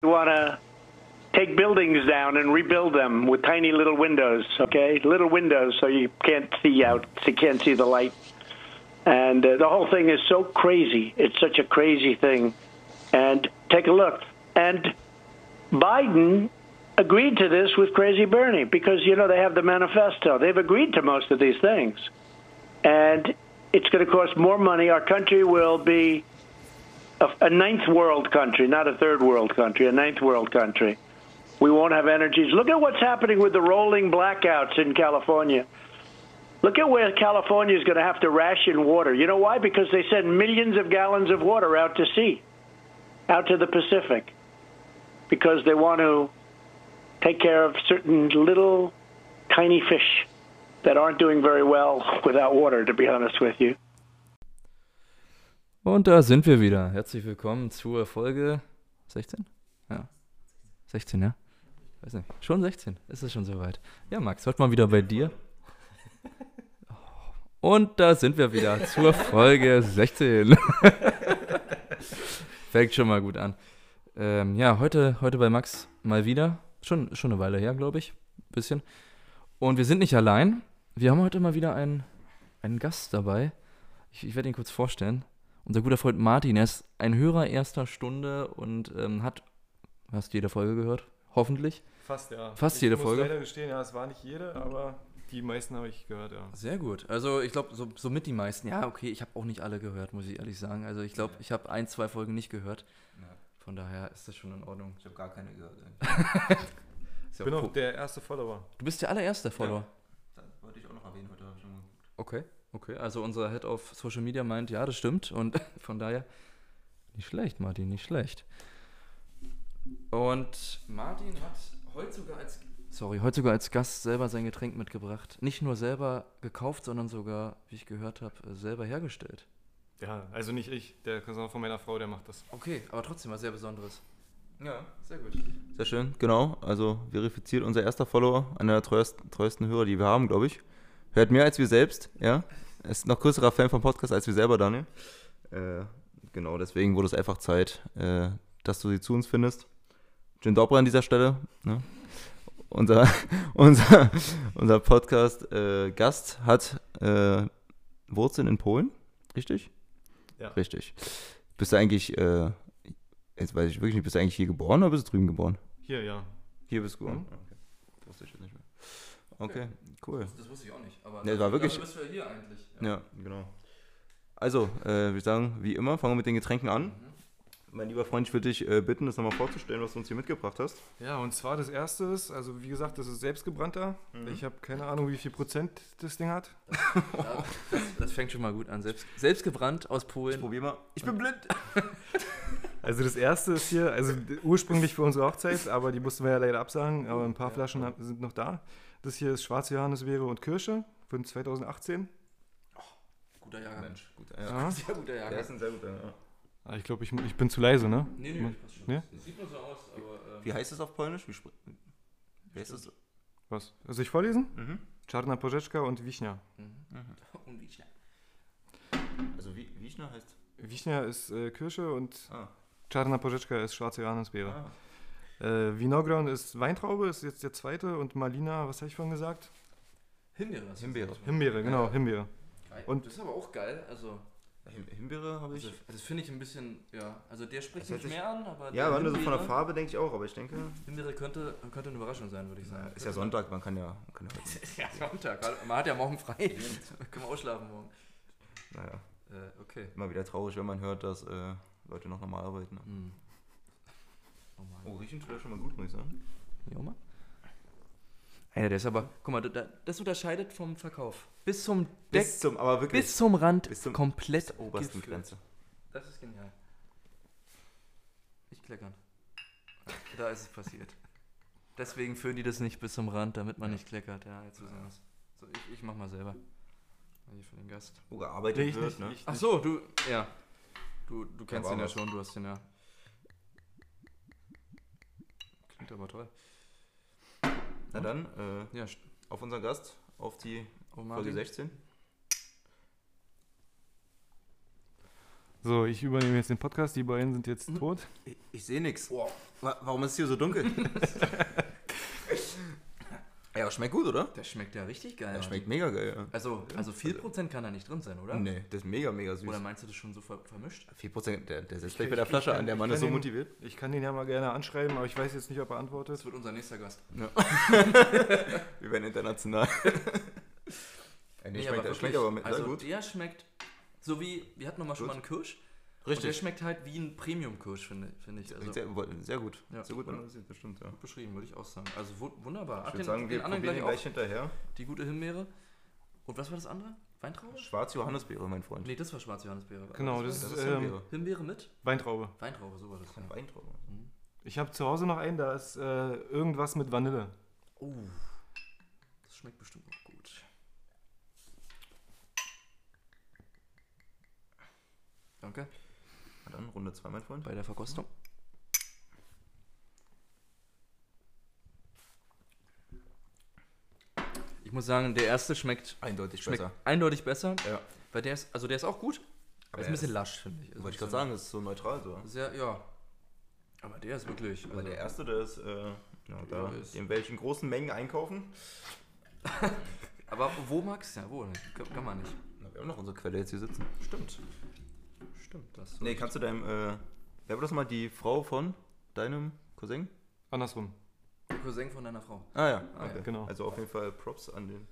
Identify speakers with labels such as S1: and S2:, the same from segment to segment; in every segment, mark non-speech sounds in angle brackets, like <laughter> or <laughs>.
S1: You want to take buildings down and rebuild them with tiny little windows, okay? Little windows so you can't see out, so you can't see the light. And uh, the whole thing is so crazy. It's such a crazy thing. And take a look. And Biden agreed to this with Crazy Bernie because, you know, they have the manifesto. They've agreed to most of these things. And it's going to cost more money. Our country will be a, a ninth world country, not a third world country, a ninth world country. We won't have energies. Look at what's happening with the rolling blackouts in California. Look at where California is going to have to ration water. You know why? Because they send millions of gallons of water out to sea, out to the Pacific, because they want to take care of certain little tiny fish that aren't doing very well <laughs> without water, to be honest with you.
S2: Und da sind wir wieder. Herzlich willkommen zur Folge 16? Ja. 16, ja? Weiß nicht. Schon 16. Ist es schon soweit? Ja, Max, heute mal wieder bei dir. Oh. Und da sind wir wieder zur Folge 16. <laughs> Fängt schon mal gut an. Ähm, ja, heute, heute bei Max mal wieder. Schon, schon eine Weile her, glaube ich. Bisschen. Und wir sind nicht allein. Wir haben heute mal wieder einen, einen Gast dabei. Ich, ich werde ihn kurz vorstellen. Unser guter Freund Martin, er ist ein Hörer erster Stunde und ähm, hat, hast du jede Folge gehört? Hoffentlich.
S3: Fast, ja.
S2: Fast
S3: ich
S2: jede
S3: muss
S2: Folge.
S3: leider gestehen, ja, es war nicht jede, aber die meisten habe ich gehört, ja.
S2: Sehr gut. Also ich glaube, so, so mit die meisten. Ja, okay, ich habe auch nicht alle gehört, muss ich ehrlich sagen. Also ich glaube, ich habe ein, zwei Folgen nicht gehört. Von daher ist das schon in Ordnung.
S4: Ich habe gar keine gehört.
S2: <laughs> Ist
S3: Ich
S2: ja
S3: bin
S2: auch
S3: auch
S2: cool.
S3: der erste Follower.
S2: Du bist der allererste Follower.
S4: Das wollte ich auch noch erwähnen heute. Hab ich schon mal geguckt.
S2: Okay, okay. Also unser Head of Social Media meint, ja, das stimmt. Und <laughs> von daher, nicht schlecht, Martin, nicht schlecht. Und Martin hat heute sogar als... Sorry, heute sogar als Gast selber sein Getränk mitgebracht. Nicht nur selber gekauft, sondern sogar, wie ich gehört habe, selber hergestellt.
S3: Ja, also nicht ich, der sondern von meiner Frau, der macht das.
S2: Okay, aber trotzdem was sehr Besonderes. Ja, sehr gut.
S4: Sehr schön, genau. Also verifiziert unser erster Follower, einer der treuesten, treuesten Hörer, die wir haben, glaube ich. Hört mehr als wir selbst, ja. Ist noch größerer Fan vom Podcast als wir selber, Daniel. Äh, genau, deswegen wurde es einfach Zeit, äh, dass du sie zu uns findest. Jim Dobra an dieser Stelle, ne? Unser, <laughs> unser, unser Podcast-Gast hat äh, Wurzeln in Polen, richtig?
S3: Ja.
S4: Richtig. Bist du eigentlich, äh, jetzt weiß ich wirklich nicht, bist du eigentlich hier geboren oder bist du drüben geboren?
S3: Hier, ja.
S4: Hier bist du geboren?
S3: Mhm.
S4: Okay. Wusste ich jetzt nicht mehr. Okay, cool.
S2: Das wusste ich auch nicht. Aber
S4: Nee, das war wirklich-
S2: bist du ja hier eigentlich.
S4: Ja, genau. Also, äh, wir sagen, wie immer, fangen wir mit den Getränken an. Mhm. Mein lieber Freund, ich würde dich äh, bitten, das nochmal vorzustellen, was du uns hier mitgebracht hast.
S3: Ja, und zwar das erste ist, also wie gesagt, das ist selbstgebrannter. Ich habe keine Ahnung, wie viel Prozent das Ding hat.
S2: Ja, Das, das fängt schon mal gut an. Selbst, selbstgebrannt aus Polen.
S4: Probier mal. Ich bin blind.
S3: Also das erste ist hier, also d- ursprünglich für unsere Hochzeit, aber die mussten wir ja leider absagen, aber ein paar Flaschen hab- sind noch da. Das hier ist schwarze Johannisbeere und Kirsche von 2018.
S2: Guter Jahrgang. Mensch.
S4: Gut, ja.
S2: <laughs>
S3: Ja.
S2: Sehr guter
S4: Ah, Der
S2: Jahrgang.
S4: ist ein sehr guter. Ja.
S3: Ah, Ich glaube, ich, ich bin zu leise, ne?
S2: Nee, nee,
S4: Hm?
S2: passt schon. Äh,
S3: Nee?
S2: Das sieht nur so aus, aber.
S4: Wie heißt es auf Polnisch? Wie, spr- wie heißt es?
S3: Was? Also ich vorlesen?
S4: Mhm.
S3: Czarna Porzeczka und Wichnia.
S2: <laughs> Und wie schnell.
S4: Also, wie, Wiechner heißt.
S3: Wichnia ist äh, Kirsche und
S4: Ah,
S3: Czarna Porzeczka ist schwarze Johannisbeere.
S4: ah.
S3: Äh, Vinogron ist Weintraube, ist jetzt der zweite. Und Malina, was habe ich vorhin gesagt?
S2: Himbeere. hast du
S4: Himbeere.
S2: gesagt.
S3: Himbeere, genau, Himbeere.
S2: Geil.
S3: Und-
S2: das ist aber auch geil. Also,
S4: Him- Himbeere habe ich.
S2: also das finde ich ein bisschen. Ja, also der spricht
S4: Das hört
S2: mich mehr an, aber.
S4: ja,
S2: der
S4: aber nur so von der
S2: Himbeere-
S4: Farbe denke ich auch, aber ich denke.
S2: Himbeere könnte, könnte eine Überraschung sein, würde ich sagen.
S4: Ist ja Sonntag, man kann ja. Man kann ja <laughs> heute-
S2: Ist <laughs> ja Sonntag. weil Man hat ja morgen
S4: <laughs>
S2: frei. Können wir ausschlafen morgen.
S4: naja,
S2: Äh, okay.
S4: immer wieder traurig, wenn man hört, dass äh, Leute noch normal arbeiten. Ne?
S2: Hm. Normal.
S4: Oh, riechen tut er schon mal gut, muss ich sagen.
S2: Ja, mal. Ey, der ist aber, guck mal, da, das unterscheidet vom Verkauf. Bis zum Deck, bis,
S4: Bis zum, aber wirklich.
S2: zum Rand,
S4: bis zum-
S2: komplett
S4: zur obersten
S2: gefüllt.
S4: Grenze.
S2: Das ist genial. Ich kleckern. Da ist es passiert. Deswegen führen die das nicht bis zum Rand, damit man nicht kleckert. Ja, jetzt wissen wir's. So, ich, ich mach mal selber. Hier für den Gast.
S4: Wo
S3: Nee,
S4: gearbeitet
S3: ich
S4: wird,
S3: nicht,
S4: ne?
S3: ich
S2: Ach so, du, ja. Du, du kennst
S4: war
S2: den ja
S4: was.
S2: schon, du hast den ja. Klingt aber toll.
S4: Na dann, äh,
S2: Ja, st-
S4: auf unseren Gast, auf die
S2: oh,
S4: Folge
S2: Martin.
S4: 16.
S3: So, ich übernehme jetzt den Podcast. Die beiden sind jetzt
S4: Mhm.
S3: tot.
S4: Ich, ich sehe nichts. Warum ist es hier so <laughs> dunkel? ja, aber schmeckt gut, oder?
S2: Der schmeckt ja richtig geil.
S4: Ja, schmeckt mega geil, ja.
S2: Also, also 4% kann da nicht drin sein, oder?
S4: Nee, das ist mega, mega süß.
S2: Oder meinst du das schon so ver vermischt?
S4: 4%, der, der setzt gleich bei der Flasche an, der Mann ist so
S3: kann ihn-
S4: motiviert.
S3: Ich kann den ja mal gerne anschreiben, aber ich weiß jetzt nicht, ob er antwortet.
S2: Das wird unser nächster Gast.
S4: Wir werden <laughs> international. ja, nee, schmeckt, aber schmeckt aber mit,
S2: also
S4: also, gut.
S2: der schmeckt so wie, wir hatten noch mal schon mal einen Kirsch. Und der
S4: Richtig.
S2: schmeckt halt wie ein Premium-Kirsch, finde finde ich. Also,
S4: Sehr, sehr gut.
S2: Ja.
S4: Sehr gut analysiert, das stimmt, ja.
S2: beschrieben, würde ich auch sagen. Also wu- wunderbar. Ach,
S4: Ich würde sagen, wir probieren den gleich hinterher.
S2: auch. Die gute Himbeere. Und was war das andere? Weintraube?
S4: Schwarze Johannisbeere, mein Freund.
S2: Nee, das war schwarze Johannisbeere.
S3: Genau,
S2: das
S3: das
S4: Das
S3: ist
S4: ist ja
S3: ähm,
S4: Beere.
S2: Himbeere mit?
S3: Weintraube.
S2: Weintraube, so war das. genau. Ja.
S4: Weintraube.
S3: Ich habe zu Hause noch einen, da ist äh, irgendwas mit Vanille.
S2: Oh, das schmeckt bestimmt auch gut. Danke.
S4: Na dann, Runde 2, mein Freund.
S2: Bei der Verkostung. Ich muss sagen, der erste schmeckt,
S4: Eindeutig
S2: schmeckt eindeutig besser.
S4: Ja.
S2: Weil der ist, also der ist auch gut. Aber
S4: Aber
S2: ist
S4: er
S2: ein bisschen lasch, finde ich. Also
S4: Wollte
S2: ist
S4: ich gerade
S2: so ein-
S4: sagen, das ist so neutral so.
S2: Sehr, ja. Aber der ist wirklich.
S4: Aber
S2: also-
S4: der erste, der ist, äh, ja, da,
S2: ist-
S4: den werde ich in großen Mengen einkaufen.
S2: aber wo Max? Ja, wo? Kann, kann man nicht.
S4: Na, wir haben noch unsere Quelle jetzt hier sitzen.
S2: Stimmt. Stimmt, das.
S4: Nee, kannst du deinem, äh, wer war das mal, die Frau von deinem Cousin?
S3: Andersrum.
S2: Cousin von deiner Frau.
S4: Ah ja,
S2: Ah, ja,
S4: okay.
S3: genau.
S4: Also auf jeden Fall Props an den,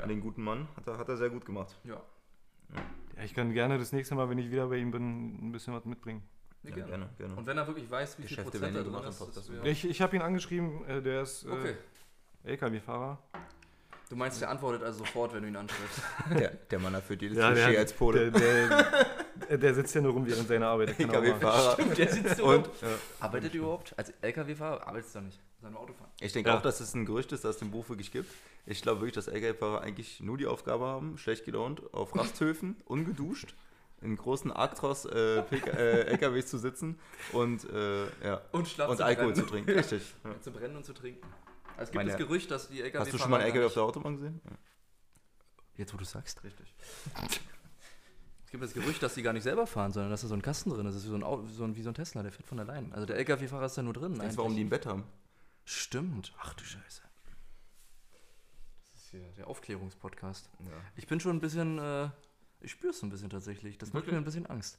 S4: an den guten Mann. Hat er, hat er sehr gut gemacht.
S2: Ja.
S3: Ja, ich kann gerne das nächste Mal, wenn ich wieder bei ihm bin, ein bisschen was mitbringen.
S2: Nee,
S4: Ja, genau.
S2: gerne.
S4: gerne, gerne.
S2: Und wenn er wirklich weiß, wie
S4: Geschäfte
S2: viel Prozent
S4: werden ja
S2: da
S4: gemacht
S2: drin
S4: am
S2: ist, das
S4: Podcast.
S2: wäre.
S3: Ich, ich habe ihn angeschrieben, äh, der ist äh,
S2: Okay.
S3: LKW-Fahrer.
S2: Du meinst, der antwortet also sofort, wenn du ihn anschreibst.
S4: <laughs> Der, der Mann erfüllt jedes Klischee als
S3: Der,
S4: Pole. Genau.
S3: der, der sitzt ja nur rum während seiner
S4: <laughs>
S3: Arbeit. der kann auch mal-
S4: LKW-Fahrer.
S2: der sitzt
S4: Und
S2: Arbeitet ihr überhaupt? Als LKW-Fahrer arbeitest du doch nicht. Sei nur Autofahren.
S4: ich denke
S3: Ja.
S4: auch, dass es ein Gerücht ist, dass es den Beruf wirklich gibt. Ich glaube wirklich, dass LKW-Fahrer eigentlich nur die Aufgabe haben, schlecht gelaunt, <laughs> auf Rasthöfen, ungeduscht, in großen Actros äh, PK äh, LKWs zu sitzen und, äh, ja.
S2: Und Schlaf
S4: und
S2: zu
S4: Alkohol
S2: brennen.
S4: zu trinken. Richtig. Ja.
S2: Zu brennen und zu trinken. Also es gibt
S4: Meine-
S2: das Gerücht, dass die LKW-Fahrer.
S4: Hast du schon mal einen
S2: gar
S4: LKW auf
S2: nicht-
S4: der Autobahn gesehen? Ja.
S2: Jetzt, wo du sagst.
S4: Richtig.
S2: Es gibt das Gerücht, dass die gar nicht selber fahren, sondern dass da so ein Kasten drin ist. Das ist wie so ein, Au- wie so ein, wie so ein Tesla, der fährt von allein. Also der LKW-Fahrer ist da nur drin.
S4: Das ist, warum die
S2: eigentlich.
S4: im Bett haben.
S2: Stimmt. Ach du Scheiße. Das ist hier der Aufklärungspodcast. Ich bin schon ein bisschen. Äh, ich spüre es ein bisschen tatsächlich. Das macht mir ein bisschen Angst.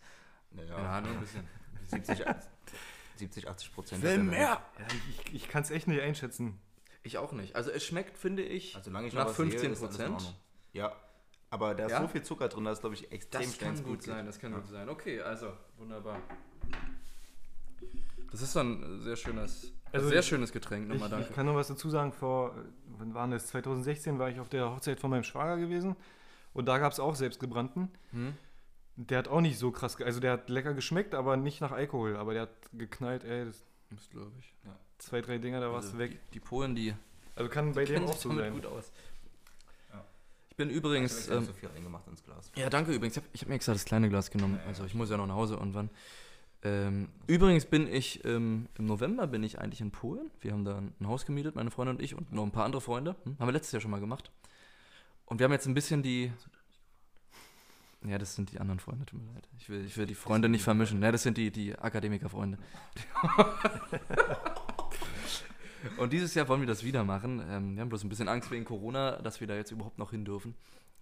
S4: Naja,
S2: nur ein bisschen.
S4: <laughs> 70, 70, 80 Prozent.
S2: Will
S4: der
S2: mehr!
S3: Ja, ich ich kann es echt nicht einschätzen.
S2: Ich auch nicht. Also es schmeckt, finde ich,
S4: Welt. Also solange ich noch
S2: nach
S4: was sehe,
S2: 15
S4: ist alles in
S2: Prozent.
S4: Ordnung. Ja. Aber da ist
S2: Ja?
S4: so viel Zucker drin, dass es, glaube ich, extrem
S2: Das
S4: schnell
S2: kann
S4: ins
S2: gut
S4: geht.
S2: sein, das kann gut sein. Okay, also, wunderbar. Das ist dann ein sehr schönes,
S3: Also
S2: sehr
S3: ich-
S2: schönes Getränk,
S3: Ich,
S2: nochmal
S3: ich
S2: danke.
S3: kann noch was dazu sagen. Vor, äh, wann waren das? 2016 war ich auf der Hochzeit von meinem Schwager gewesen. Und da gab es auch selbstgebrannten.
S2: Hm?
S3: Der hat auch nicht so krass, ge also der hat lecker geschmeckt, aber nicht nach Alkohol. Aber der hat geknallt, ey, das
S2: Das glaube ich. Ja.
S3: zwei, drei Dinger, da warst
S2: Also
S3: du weg.
S2: Die, die Polen, die
S3: Also kann bei dem
S2: kennen
S3: auch
S2: sich
S3: so
S2: damit
S3: sein.
S2: gut aus.
S4: Ja.
S2: Ich bin übrigens...
S4: Ich habe
S2: Ähm,
S4: so viel reingemacht ins Glas.
S2: ja, danke übrigens. Ich habe ich hab mir extra das kleine Glas genommen. Also ich muss ja noch nach Hause irgendwann. Ähm, übrigens bin ich, ähm, im November bin ich eigentlich in Polen. Wir haben da ein Haus gemietet, meine Freundin und ich und noch ein paar andere Freunde. Hm? Haben wir letztes Jahr schon mal gemacht. Und wir haben jetzt ein bisschen die... Ja, das sind die anderen Freunde, tut mir leid. Ich will, ich will die Freunde nicht vermischen. Ja, das sind die, die Akademikerfreunde. <laughs> Und dieses Jahr wollen wir das wieder machen. Ähm, wir haben bloß ein bisschen Angst wegen Corona, dass wir da jetzt überhaupt noch hin dürfen.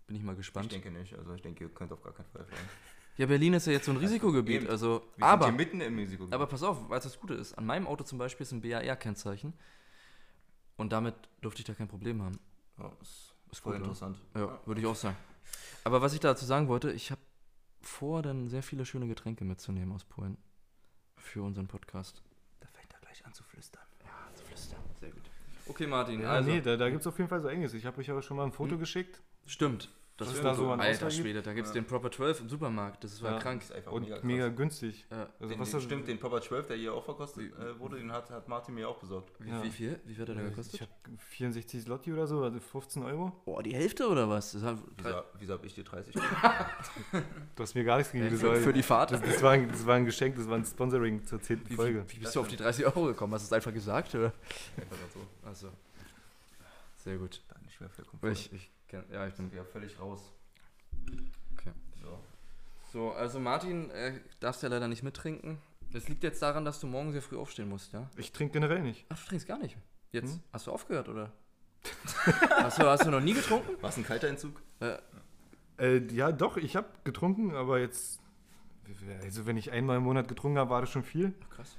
S2: Bin ich mal
S4: Ich
S2: gespannt.
S4: denke nicht. Also ich denke, ihr könnt auf gar keinen Fall fahren.
S2: Ja, Berlin ist ja jetzt so ein Risikogebiet.
S4: eben.
S2: Also,
S4: Wir
S2: aber,
S4: sind hier mitten im Risiko.
S2: aber pass auf, weil das Gute ist. An meinem Auto zum Beispiel ist ein BAR-Kennzeichen. Und damit dürfte ich da kein Problem haben.
S4: ja, ist, ist
S2: gut,
S4: voll
S2: ne?
S4: interessant.
S2: Ja, würde ich auch sagen. Aber was ich dazu sagen wollte, ich habe vor, dann sehr viele schöne Getränke mitzunehmen aus Polen. Für unseren Podcast.
S4: Da fängt er gleich an zu flüstern.
S2: Sehr gut. Okay, Martin,
S3: Ja,
S2: also. Hm.
S3: nee, da, da gibt es auf jeden Fall so einiges. Ich habe euch ja schon mal ein Foto geschickt.
S2: Stimmt. Das
S3: Was
S2: ist
S3: ist da
S2: so
S3: so an
S2: Alter
S3: Auswahl gibt?
S2: Schwede, da gibt es den Proper 12 im Supermarkt. Das war
S3: Ja.
S2: krank.
S4: Das ist einfach
S3: Und
S4: mega
S3: mega,
S4: krass.
S3: günstig.
S2: Äh,
S3: Also
S4: den,
S3: was
S4: den,
S3: das
S4: stimmt, den Papa 12, der hier auch verkostet äh, wurde, den hat, hat Martin mir auch besorgt.
S2: wie,
S3: Ja.
S2: wie viel? Wie viel hat er da
S3: Äh, Ich
S2: gekostet?
S3: habe 64 Slotti oder so, also 15 Euro.
S2: Boah, die Hälfte oder was? Das halt hat
S4: Wieso, wieso habe ich dir 30?
S3: Du hast mir gar nichts gegeben.
S2: für, für
S3: Das,
S2: die Fahrt.
S3: das, war ein, das war ein Geschenk, das war ein Sponsoring zur 10.
S2: Wie,
S3: Folge.
S2: wie, wie bist du auf die 30 Euro gekommen? Hast du es einfach gesagt? Oder?
S4: Einfach grad so.
S2: Also. Sehr gut.
S4: Da nicht mehr viel Komfort.
S2: Ich, ich kenn, ja, ich bin.
S4: ja völlig raus.
S2: Okay.
S4: So.
S2: So, also Martin, äh, darfst ja leider nicht mittrinken. Das liegt jetzt daran, dass du morgen sehr früh aufstehen musst, ja?
S3: Ich trinke generell nicht.
S2: Ach, du trinkst gar nicht. Jetzt? Hast du aufgehört, oder? <laughs> hast, du, hast du noch nie getrunken?
S4: War es ein kalter Entzug?
S2: Äh,
S3: Äh, ja, doch, ich habe getrunken, aber jetzt. Also, wenn ich einmal im Monat getrunken habe, war das schon viel.
S2: ach, krass.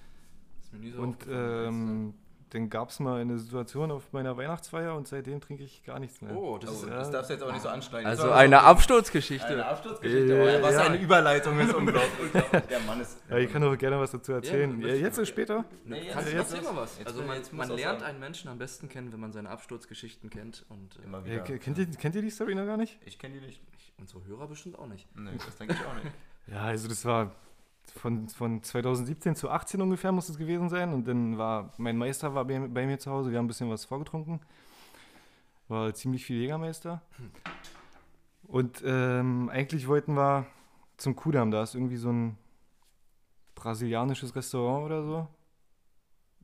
S2: Ist mir nie so
S3: Und
S4: äh,
S2: aufgefallen, um ehrlich
S3: ähm, dann gab es mal eine Situation auf meiner Weihnachtsfeier und seitdem trinke ich gar nichts
S2: zu
S3: mehr.
S2: sein. Oh, das ist.
S3: ja.
S4: darfst du jetzt auch nicht so anschneiden.
S2: Also
S4: Das war
S2: eine Absturzgeschichte.
S4: eine Absturzgeschichte.
S3: Äh,
S4: aber was
S3: ja.
S4: eine Überleitung ist unglaublich. Der Mann ist.
S3: Ja, ich kann doch gerne was dazu erzählen.
S2: Ja,
S3: Ja, jetzt oder später?
S4: Nee,
S2: Kannst du
S3: jetzt-
S2: erzähl mal was?
S4: jetzt-
S2: also man,
S4: jetzt muss
S2: man
S4: auch
S2: lernt
S4: sagen.
S2: einen Menschen am besten kennen, wenn man seine Absturzgeschichten kennt und äh,
S4: Immer
S3: Äh,
S4: wieder.
S3: ke- kennt, ihr, kennt ihr die Story noch gar nicht?
S4: Ich kenne die nicht.
S2: unsere Hörer bestimmt auch nicht.
S4: Nee, das denke ich auch nicht.
S3: Ja, also das war von, von 2017 zu 18 ungefähr muss es gewesen sein. Und dann war, mein Meister war bei, bei mir zu Hause, wir haben ein bisschen was vorgetrunken. War ziemlich viel Jägermeister. Und ähm, eigentlich wollten wir zum Kudamm, da ist irgendwie so ein brasilianisches Restaurant oder so.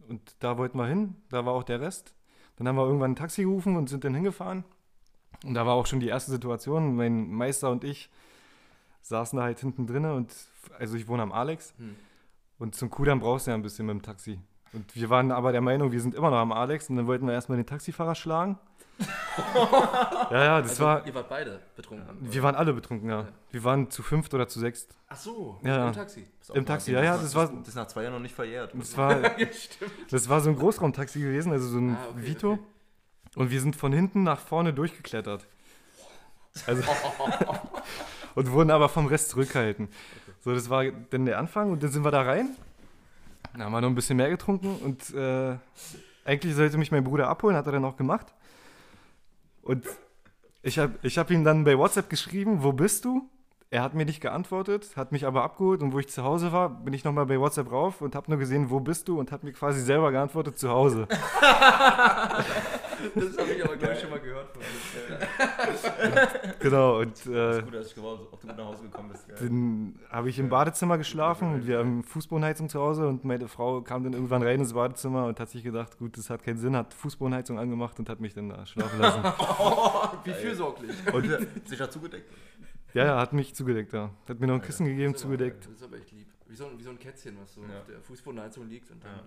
S3: Und da wollten wir hin, da war auch der Rest. Dann haben wir irgendwann ein Taxi gerufen und sind dann hingefahren. Und da war auch schon die erste Situation. Mein Meister und ich saßen da halt hinten drinne und also ich wohne am Alex
S2: Hm.
S3: und zum Kudamm brauchst du ja ein bisschen mit dem Taxi. Und wir waren aber der Meinung, wir sind immer noch am Alex und dann wollten wir erstmal den Taxifahrer
S2: <laughs>
S3: schlagen. ja, ja, das
S2: Also,
S3: war.
S2: ihr wart beide betrunken.
S3: Wir waren alle betrunken, ja. Wir waren zu fünft oder zu sechst.
S2: Ach so,
S3: Ja, ja.
S2: im Taxi.
S4: Ist auch
S3: Im
S4: mal-
S3: Taxi, ja, ja, das war-
S4: Das ist nach zwei Jahren noch nicht verjährt.
S3: Das war,
S2: <laughs>
S3: das war so ein Großraumtaxi gewesen, also so ein
S2: Ah, okay,
S3: Vito.
S2: okay.
S3: Und wir sind von hinten nach vorne durchgeklettert. Also und wurden aber vom Rest zurückgehalten. So, das war dann der Anfang und dann sind wir da rein. Dann haben wir noch ein bisschen mehr getrunken und äh, eigentlich sollte mich mein Bruder abholen, hat er dann auch gemacht. Und ich habe ich hab ihm dann bei WhatsApp geschrieben, wo bist du? Er hat mir nicht geantwortet, hat mich aber abgeholt und wo ich zu Hause war, bin ich nochmal bei WhatsApp rauf und habe nur gesehen, wo bist du und hat mir quasi selber geantwortet, zu Hause.
S2: Das habe ich aber, glaube ich, schon mal gehört
S3: <laughs>
S2: von
S3: Genau, und äh,
S4: Gut, dass ich geworden bin, ob du gut nach Hause gekommen
S3: <laughs>
S4: bist. Geil.
S3: dann habe ich im Badezimmer geschlafen und wir haben Fußbodenheizung zu Hause und meine Frau kam dann irgendwann rein ins Badezimmer und hat sich gedacht, gut, das hat keinen Sinn, hat Fußbodenheizung angemacht und hat mich dann da schlafen lassen.
S4: <laughs>
S3: Oh,
S2: Wie fürsorglich.
S4: Und sicher zugedeckt.
S3: ja, ja, hat mich zugedeckt, ja. Hat mir noch ein Kissen gegeben,
S2: Das ist aber-
S3: zugedeckt.
S2: Das ist aber echt lieb. Wie so, ein- wie so ein Kätzchen, was so
S4: Ja.
S2: auf der Fußbodenheizung liegt und dann. äh,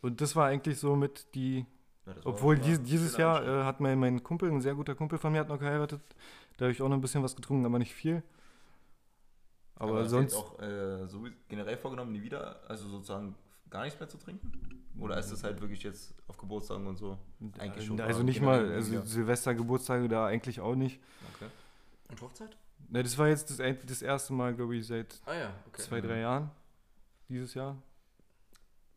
S3: Und das war eigentlich so mit die
S4: Ja, das war-
S3: Obwohl
S4: war
S3: dies,
S4: ein
S3: dieses
S4: schöner
S3: Jahr
S4: Einstieg.
S3: äh, hat mein, mein Kumpel, ein sehr guter Kumpel von mir, hat noch geheiratet. Da habe ich auch noch ein bisschen was getrunken, aber nicht viel. Aber,
S4: hast du jetzt
S3: sonst.
S4: auch äh, so generell vorgenommen, nie wieder, also sozusagen gar nichts mehr zu trinken? Oder ist es halt wirklich jetzt auf Geburtstagen und so eigentlich schon?
S3: also
S4: oder
S3: nicht
S4: generell
S3: mal,
S4: nie
S3: also
S4: wieder?
S3: Silvester, Geburtstage da eigentlich auch nicht.
S4: Okay.
S2: Und Hochzeit?
S3: Na, das war jetzt das, ein- das erste Mal, glaube ich, seit
S2: Ah ja, okay.
S3: zwei,
S4: Genau.
S3: drei Jahren. Dieses Jahr.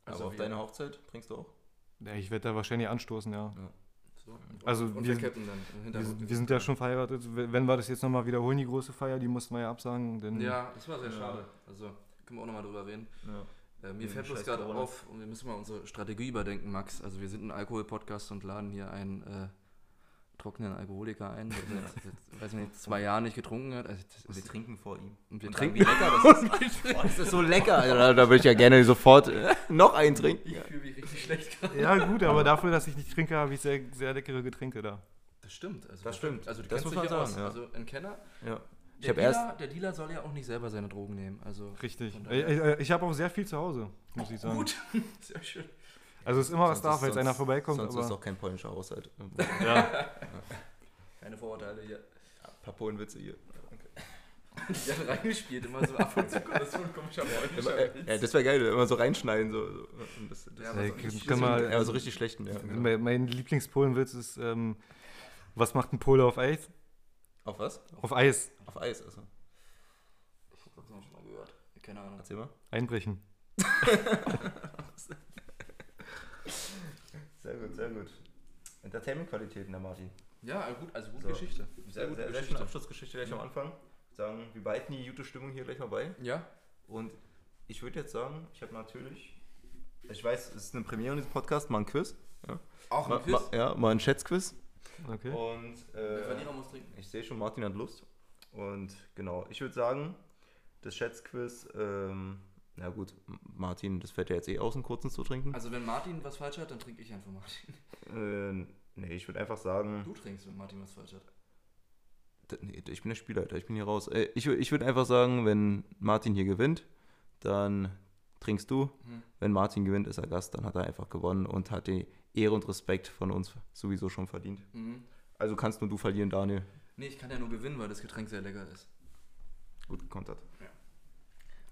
S4: Also
S2: Also
S4: auf
S2: wir-
S4: deine Hochzeit trinkst du auch?
S3: Ja, ich werde da wahrscheinlich anstoßen, ja.
S2: So.
S3: Also
S2: und wir
S3: wir-
S2: Captain dann im
S3: Wir,
S2: Hintergrund.
S3: sind- wir sind ja schon verheiratet. W- Wenn wir das jetzt nochmal wiederholen, die große Feier, die mussten wir ja absagen. Denn
S2: Ja, das war sehr
S4: Ja.
S2: schade. Also, können wir auch nochmal drüber reden.
S4: Ja.
S2: Äh, mir
S4: Mhm,
S2: fällt bloß
S4: scheiß
S2: gerade
S4: Corona.
S2: auf, und wir müssen mal unsere Strategie überdenken, Max. Also wir sind ein Alkohol-Podcast und laden hier einen äh, trockenen Alkoholiker ein, der seit, seit weiß nicht, zwei Jahren nicht getrunken hat. Also, das
S4: Und wir
S2: ist,
S4: trinken vor ihm.
S2: und wir
S4: Und
S2: trinken.
S4: sagen, wie lecker das ist. Boah, das ist so lecker. Alter, da, da würde ich ja gerne sofort äh, noch einen trinken.
S2: Ich fühle mich richtig schlecht gerade.
S3: <laughs> ja, gut, aber dafür, dass ich nicht trinke, habe ich sehr, sehr leckere Getränke da.
S2: Das stimmt. Also,
S4: Das stimmt.
S2: Also du
S4: Das
S2: kennst
S4: muss
S2: dich
S4: man
S2: ja aus.
S4: sagen, ja.
S2: Also ein Kenner.
S4: Ja. Ich
S2: Der
S4: habe erst.
S2: Dealer- Der Dealer soll ja auch nicht selber seine Drogen nehmen. Also
S3: Richtig.
S2: Von
S3: Ich,
S2: daher-
S3: ich, ich habe auch sehr viel zu Hause, muss ich sagen.
S2: gut. <laughs> Sehr schön.
S3: Also es ist immer was
S4: sonst
S3: da,
S4: ist-
S3: falls
S4: sonst-
S3: einer vorbeikommt.
S4: Sonst
S3: Aber
S4: ist doch kein polnischer Haushalt. Ein
S2: Keine Vorurteile hier.
S4: paar Polenwitze hier.
S2: Die haben reingespielt, immer so ab und zu kommt das so ein komischer
S4: Immer,
S2: Freund.
S4: äh, ja, das wäre geil, immer so reinschneiden. So, so. Und Das, das
S2: Ja,
S3: Ey,
S2: aber so-
S3: können wir-
S4: ja, so richtig schlechten. Ja.
S3: mein, mein Lieblingspolenwitz ist, ähm, was macht ein Pole auf Eis?
S4: Auf was?
S3: Auf Eis.
S4: Auf Eis, also.
S2: Ich hab's noch schon mal gehört. Keine Ahnung.
S4: Erzähl mal.
S3: Einbrechen.
S4: Sehr gut, sehr gut. Entertainment-Qualitäten, der Martin.
S2: Ja, gut, also gute
S4: So.
S2: Geschichte.
S4: Sehr, sehr, sehr, sehr schöne Abschlussgeschichte gleich am Anfang. Sagen, wir behalten die gute Stimmung hier gleich mal bei.
S2: Ja,
S4: Und ich würde jetzt sagen, ich habe natürlich, ich weiß, es ist eine Premiere in diesem Podcast, mal ein Quiz. Ja,
S2: auch
S4: mal,
S2: ein Quiz.
S4: Mal, ja, mal ein Schätzquiz.
S3: Okay.
S4: Und
S2: Der
S4: äh,
S2: Verlierer muss trinken.
S4: ich sehe schon, Martin hat Lust. Und genau, ich würde sagen, das Schätzquiz, ähm, na gut, M- Martin, das fällt ja jetzt eh aus, einen kurzen zu trinken.
S2: Also wenn Martin was falsch hat, dann trinke ich einfach Martin.
S4: äh, nee, Ähm, ich würde einfach sagen,
S2: Du trinkst, wenn Martin was falsch hat.
S4: D- Nee, ich bin der Spielleiter, ich bin hier raus. Äh, Ich, wür- ich würde einfach sagen, wenn Martin hier gewinnt, dann trinkst du. Wenn Martin gewinnt, ist er Gast, dann hat er einfach gewonnen und hat die Ehre und Respekt von uns sowieso schon verdient. Also kannst nur du verlieren, Daniel.
S2: Nee, ich kann ja nur gewinnen, weil das Getränk sehr lecker ist.
S4: Gut gekontert.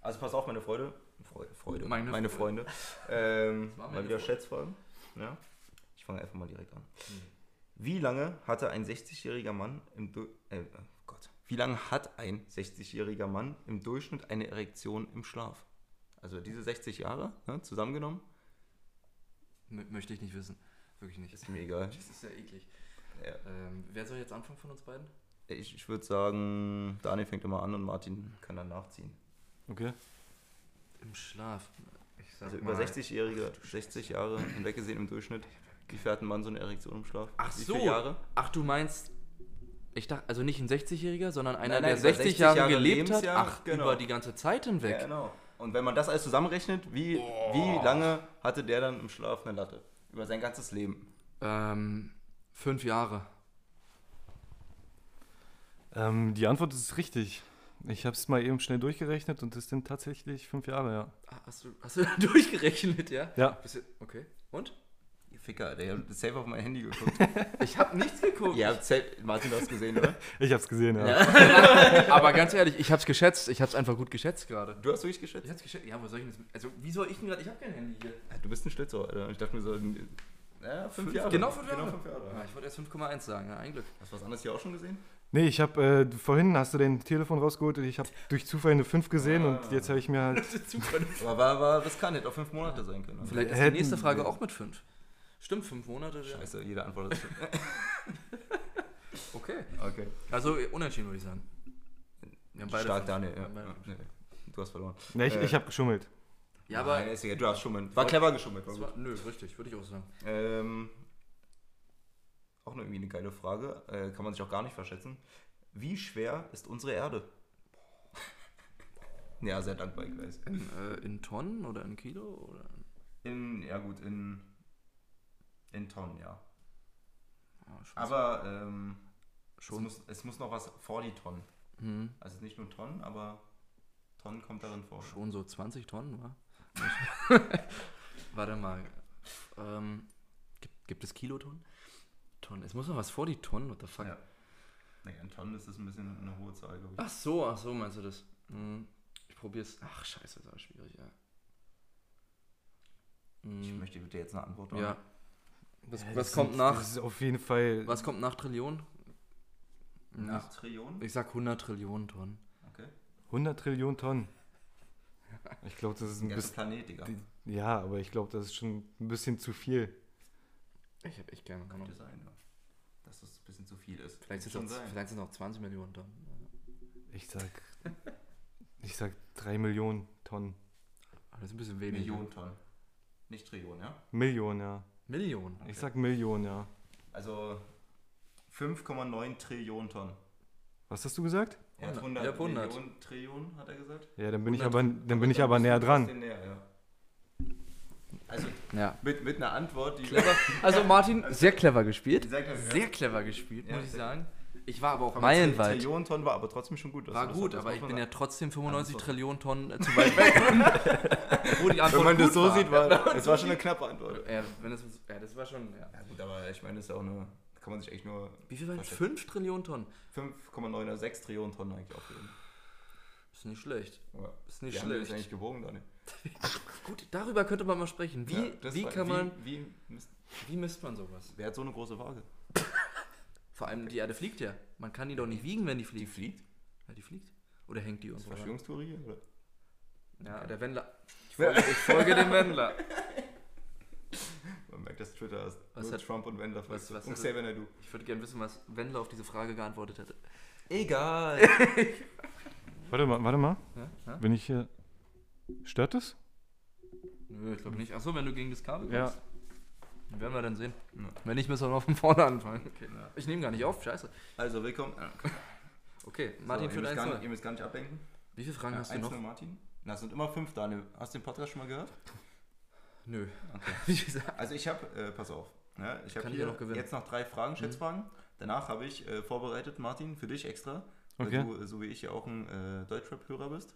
S4: Also pass auf, meine Freude. Freude, Freude.
S2: Meine
S4: Meine,
S2: Freude.
S4: Freunde. Ähm,
S2: war meine
S4: mal
S2: Freude.
S4: wieder
S2: Mhm.
S4: Schätzfragen. Ja? Ich fange einfach mal direkt an. Wie lange hatte ein 60-jähriger Mann im du äh, äh, Gott. Wie lange hat ein 60-jähriger Mann im Durchschnitt eine Erektion im Schlaf? Also diese 60 Jahre ne, zusammengenommen,
S2: M möchte ich nicht wissen. Wirklich nicht.
S4: ist mir egal.
S2: Das ist ja eklig.
S4: Ja.
S2: Ähm, wer soll jetzt anfangen von uns beiden?
S4: Ich, ich würde sagen, Daniel fängt immer an und Martin kann dann nachziehen.
S3: Okay.
S2: Im Schlaf. Ich sag
S4: Also über
S2: mal-
S4: 60-Jährige, 60 Jahre hinweg gesehen im Durchschnitt. Wie viel hat ein Mann so eine Erektion im Schlaf?
S2: Ach
S4: Wie
S2: so.
S4: Viele Jahre?
S2: Ach, du meinst. Ich dachte, also nicht ein 60-Jähriger, sondern einer,
S4: Nein, nein,
S2: der
S4: über
S2: 60,
S4: 60
S2: Jahre,
S4: Jahre
S2: gelebt hat.
S4: Lebensjahr,
S2: Ach,
S4: genau.
S2: über die ganze Zeit hinweg.
S4: Ja, genau. Und wenn man das alles zusammenrechnet, wie, wie lange hatte der dann im Schlaf eine Latte? Über sein ganzes Leben.
S2: Ähm, fünf Jahre.
S3: Ähm, die Antwort ist richtig. Ich habe es mal eben schnell durchgerechnet und das sind tatsächlich fünf Jahre, ja.
S2: Ah, Hast du, hast du <laughs> da durchgerechnet, ja?
S3: Ja.
S2: Bist du- Okay. Und?
S4: Ihr Ficker, der hat safe auf mein Handy geguckt.
S2: Ich habe nichts geguckt.
S4: Ihr habt safe, Martin, du hast gesehen, oder?
S3: Ich habe es gesehen, ja.
S2: <laughs> Aber ganz ehrlich, ich hab's geschätzt. Ich hab's einfach gut geschätzt gerade.
S4: Du hast wirklich geschätzt?
S2: Ich hab's geschätzt. Ja, wo soll ich denn das? Also, wie soll ich denn gerade? Ich hab kein Handy hier.
S4: Du bist ein Schlitzohr, Alter. Und Ich dachte mir so, ja, fünf, Jahre.
S2: Genau fünf Jahre.
S4: fünf Jahre.
S2: Ah, ich wollte erst 5,1 sagen. Ja, ein Glück.
S4: Hast du was anderes hier auch schon gesehen?
S3: Nee, ich habe äh, vorhin hast du dein Telefon rausgeholt und ich habe durch Zufall eine 5 gesehen und jetzt habe ich mir halt.
S4: Aber war, war riskant, hätte auch fünf Monate sein können.
S2: Vielleicht ist die
S3: Hätten
S2: nächste Frage
S3: wir-
S2: auch mit fünf. Stimmt, fünf Monate. Ja.
S4: Scheiße, jede Antwort ist
S2: Okay.
S4: Okay.
S2: Also, unentschieden würde ich sagen. Wir haben beide
S4: Stark,
S2: fünf.
S4: Daniel. Ja.
S2: Wir haben beide
S4: Ja,
S2: fünf.
S4: nee. Du hast verloren.
S3: Ne, ich,
S4: Äh,
S3: ich habe geschummelt.
S2: Ja, aber.
S4: Nein, ist egal, du hast schummelt. War clever geschummelt. War
S2: das
S4: gut.
S2: war, nö, richtig, würde ich auch sagen.
S4: Ähm, auch noch irgendwie eine geile Frage. Äh, kann man sich auch gar nicht verschätzen. Wie schwer ist unsere Erde? ja, sehr dankbar, ich weiß.
S2: In, äh, in Tonnen oder in Kilo? Oder?
S4: In, ja gut, in, in Tonnen, ja.
S2: Ah, schon
S4: Aber ähm, es,
S2: schon.
S4: muss, es muss noch was vor die Tonnen.
S2: Hm,
S4: Also nicht nur Tonnen, aber Tonnen kommt darin vor.
S2: schon so 20 Tonnen, war? <laughs> Warte mal. Ähm, gibt, gibt es Kilotonnen? Tonnen. Es muss noch was vor die Tonnen, what the fuck?
S4: Ja. Naja, in Tonnen ist das ein bisschen eine hohe Zahl, glaube ich.
S2: Ach so, ach so, meinst du das? Hm, ich probier's. Ach, scheiße, das war schwierig, ja.
S4: Ich
S2: Hm,
S4: möchte bitte jetzt eine Antwort haben.
S2: ja. Was,
S3: Ja,
S2: was
S3: das
S2: kommt
S3: sind-
S2: nach?
S3: Das ist auf jeden Fall.
S2: Was kommt nach Trillionen?
S4: Nach Trillionen?
S2: Ich sag 100 Trillionen Tonnen.
S4: Okay.
S3: 100
S2: <laughs>
S3: Trillionen Tonnen. Ich glaube, das ist ein
S4: Der ganze
S3: bisschen.
S4: Planet, Digga.
S3: Ja, aber ich glaube, das ist schon ein bisschen zu viel.
S2: Ich hab echt gerne.
S4: Könnte sein, ja. Dass das ein bisschen zu viel ist.
S2: Vielleicht sind
S4: Kann
S2: es auch, vielleicht sind es auch 20 Millionen Tonnen.
S3: Ich sag. Ich sag 3 Millionen Tonnen.
S2: Aber Ah, das ist ein bisschen wenig. ne?
S4: Millionen Tonnen. Nicht Trillionen, ja?
S3: Millionen, ja.
S2: Millionen.
S3: Ich sag Millionen, ja.
S4: Also 5,9 Trillionen Tonnen.
S3: Was hast du gesagt?
S4: Er hat
S2: 100.
S4: 100,
S2: Ich hab 100.
S4: Millionen Trillionen, hat er gesagt.
S3: Ja, dann bin ich
S2: 100.
S3: aber, dann bin ich aber näher dran.
S4: Bisschen Näher, ja. Also
S2: Ja.
S4: mit, mit einer Antwort, die
S2: Clever. Also Martin, sehr clever
S4: die
S2: gespielt.
S4: sagt, ja.
S2: Sehr clever gespielt,
S4: Ja,
S2: muss ich
S4: sehr
S2: sagen. Ich war aber auch
S4: Aber
S2: meilenweit.
S4: Trillionen Tonnen war aber trotzdem schon gut. Das-
S2: War
S4: das-
S2: gut,
S4: das
S2: aber
S4: muss
S2: ich
S4: man
S2: bin ja
S4: sagen.
S2: trotzdem 95
S4: Antwort.
S2: Trillionen Tonnen äh, zu weit weg. <laughs> Wo die Antwort
S4: Wenn man das
S2: gut
S4: so
S2: war.
S4: sieht, <laughs> war, es war schon eine knappe Antwort.
S2: Ja, wenn das, ja, das war schon. Ja.
S4: Ja gut, aber ich meine, das ist auch eine, kann man sich echt nur
S2: Wie viel waren das?
S4: Verstehe.
S2: 5 Trillionen Tonnen.
S4: 5,9 oder 6 Trillionen Tonnen eigentlich aufgeben.
S2: Ist nicht schlecht.
S4: Ja.
S2: Ist nicht
S4: Wie haben wir das
S2: schlecht.
S4: eigentlich gewogen, Daniel?
S2: Gut, darüber könnte man mal sprechen. Wie,
S4: Ja, das
S2: wie
S4: war-
S2: kann man,
S4: Wie, wie misst-
S2: wie misst man sowas?
S4: wer hat so eine große Waage?
S2: Vor allem die Erde fliegt ja. Man kann die doch nicht wiegen, wenn die fliegt.
S4: fliegt?
S2: Ja, die fliegt. Oder hängt die
S4: Ist
S2: irgendwo
S4: das
S2: ran?
S4: Verschwörungstheorie? Oder?
S2: Ja, der Wendler. Ich folge, ich folge dem Wendler.
S4: Man merkt, dass Twitter ist.
S2: Was
S4: nur
S2: hat-
S4: Trump und Wendler
S2: was- was
S4: und
S2: hat-
S4: Xavier Naidu.
S2: Ich würde gerne wissen, was Wendler auf diese Frage geantwortet hätte.
S4: Egal.
S3: Warte mal, warte mal.
S2: Ja? Ja?
S3: Wenn ich hier. Stört es?
S2: Nö, ich glaube nicht. Achso, wenn du gegen das Kabel
S3: Ja.
S2: kommst. Dann werden wir dann sehen.
S4: Ja.
S2: Wenn nicht, müssen wir noch von vorne anfangen. Ich nehme gar nicht auf, scheiße.
S4: Also, willkommen. Ah, okay.
S2: Okay, Martin
S4: so, ihr,
S2: führt
S4: müsst
S2: 1
S4: gar nicht,
S2: -0.
S4: ihr müsst gar nicht ablenken.
S2: Wie viele Fragen
S4: Ja,
S2: hast du noch?
S4: 1-0 Martin. Na, es sind immer fünf, Daniel. Hast du den Podcast schon mal gehört?
S2: Nö. <laughs> Wie gesagt.
S4: Also, ich habe, äh, pass auf. Ja, ich
S2: Kann
S4: habe
S2: ich
S4: hier
S2: ja noch gewinnen.
S3: Mhm.
S4: jetzt noch drei Fragen, Schätzfragen. Danach habe ich äh, vorbereitet, Martin, für dich extra. Weil
S3: Okay.
S4: du, äh, so wie ich ja auch ein äh, Deutschrap-Hörer bist.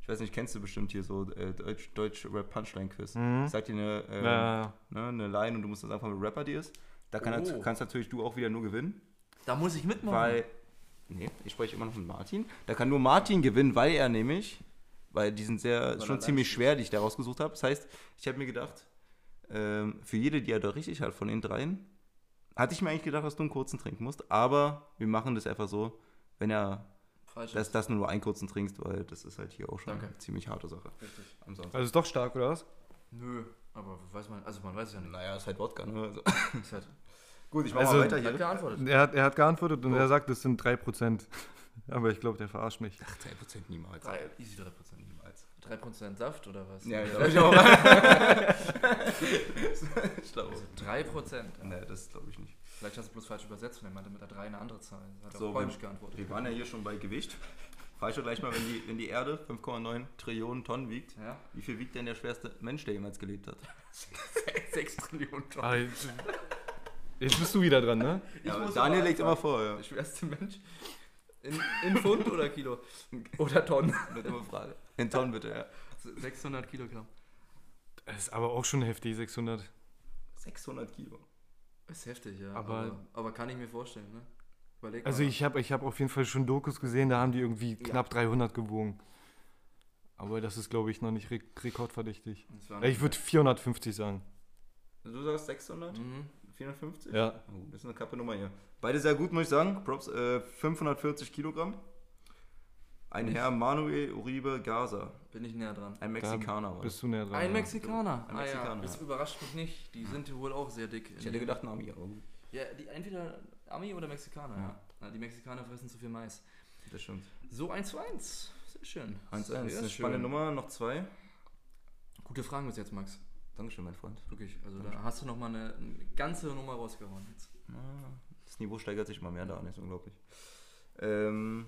S4: Ich weiß nicht, kennst du bestimmt hier so äh, Deutsch- Deutsch-Rap-Punchline-Quiz.
S3: Mhm.
S4: Ich sag dir eine, äh,
S3: Ja,
S4: ne, eine Line und du musst dann sagen, wer Rapper die ist. Da kann nat-
S2: Oh.
S4: kannst natürlich du auch wieder nur gewinnen,
S2: Da muss ich mitmachen.
S4: weil. Nee, ich spreche immer noch mit Martin. Da kann nur Martin gewinnen, weil er nämlich. Weil die sind sehr. Ist schon ziemlich schwer, die ich da rausgesucht habe. Das heißt, ich habe mir gedacht, ähm, für jede, die er da richtig hat von den dreien, hatte ich mir eigentlich gedacht, dass du einen kurzen trinken musst. Aber wir machen das einfach so, wenn er.
S2: Falsch.
S4: Dass, dass du nur einen kurzen trinkst, weil das ist halt hier auch schon
S2: Danke.
S4: eine ziemlich harte Sache.
S2: Richtig.
S4: Am Samstag.
S3: Also ist doch stark, oder was?
S2: Nö, aber weiß man, also man weiß es ja <laughs> nicht.
S4: Naja, ist halt Wodka, ne? Also,
S2: Ist halt-
S4: <laughs> gut, ich mach
S3: Also,
S4: mal weiter hier.
S2: Hat geantwortet.
S3: Er hat, er hat geantwortet und er sagt, das sind 3%. <laughs> Aber ich glaube, der verarscht mich.
S4: 3% niemals.
S2: Drei, easy 3%.
S4: Niemals.
S2: 3% Saft oder was?
S4: Ja,
S2: Oder
S4: glaube <laughs> ich auch. <laughs> ich glaube auch.
S2: 3%. Ja.
S4: Nee, das glaube ich nicht.
S2: Vielleicht hast du bloß falsch übersetzt und er meinte mit der 3 eine andere Zahl. Er hat
S4: So,
S2: auf Polnisch
S4: wenn-
S2: geantwortet.
S4: Wir waren ja hier schon bei Gewicht. Frage ich doch gleich mal, wenn die, wenn die Erde 5,9 Trillionen Tonnen wiegt,
S2: Ja? <laughs>
S4: wie viel wiegt denn der schwerste Mensch, der jemals gelebt hat?
S2: 6 Trillionen Tonnen.
S3: <laughs> Ah, jetzt, jetzt bist du wieder dran, ne?
S4: Ja, aber
S2: muss
S4: Daniel
S2: aber
S4: legt immer vor, ja.
S2: Der schwerste Mensch. In, in Pfund oder
S4: <laughs>
S2: Kilo? Oder Tonnen?
S4: Eine dumme Frage. In Tonnen bitte, ja.
S2: 600 Kilogramm.
S3: Das ist aber auch schon heftig, 600.
S4: 600 Kilo.
S2: Ist heftig, ja.
S3: Aber-
S2: aber, aber kann ich mir vorstellen, ne? Überleg
S3: Also
S2: mal.
S3: ich habe ich hab auf jeden Fall schon Dokus gesehen, da haben die irgendwie
S2: Ja.
S3: knapp 300 gewogen. Aber das ist, glaube ich, noch nicht re rekordverdächtig.
S2: Das war
S3: Ich würde 450 sagen.
S4: Du sagst 600?
S2: Mhm.
S4: 450?
S3: Ja.
S4: Oh, das ist eine kappe Nummer hier. Beide sehr gut, muss ich sagen. Props, äh, 540 Kilogramm. Ein Herr Manuel Uribe Gaza.
S2: Bin ich näher dran.
S4: Ein Mexikaner war das.
S3: Bist du näher dran.
S2: Ein
S3: ja.
S2: Mexikaner. ah,
S4: Ein
S2: ja.
S4: Mexikaner,
S2: Das
S4: ja.
S2: überrascht mich nicht. Die sind wohl auch sehr dick.
S4: Ich hätte gedacht, ein Ami, aber gut.
S2: Ja, die, entweder Ami oder Mexikaner, ja. Na, die Mexikaner fressen zu viel Mais.
S4: Das stimmt.
S2: So, 1 zu 1. Sehr schön.
S4: 1-1,
S2: Sehr
S4: eine
S2: schön.
S4: spannende Nummer, noch zwei.
S2: Gute Fragen bis jetzt, Max.
S4: Dankeschön, mein Freund.
S2: Wirklich. Also, da hast du nochmal eine, eine ganze Nummer rausgehauen jetzt.
S4: Ah, Das Niveau steigert sich mal mehr da an, ist unglaublich. Ähm,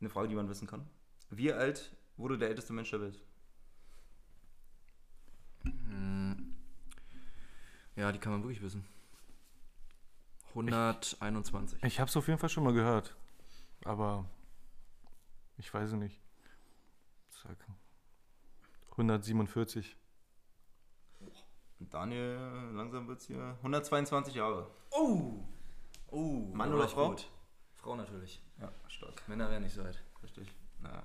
S4: eine Frage, die man wissen kann. Wie alt wurde der älteste Mensch der Welt?
S2: Ja, die kann man wirklich wissen. 121.
S3: Ich habe es auf jeden Fall schon mal gehört. Aber ich weiß es nicht. Zack. 147.
S4: Und Daniel, langsam wird's hier. 122 Jahre.
S2: Oh! Oh!
S4: Mann
S2: da
S4: oder
S2: war ich
S4: Frau?
S2: gut. Frau natürlich.
S4: Ja, stark.
S2: Männer wären nicht so alt.
S4: Richtig. Naja.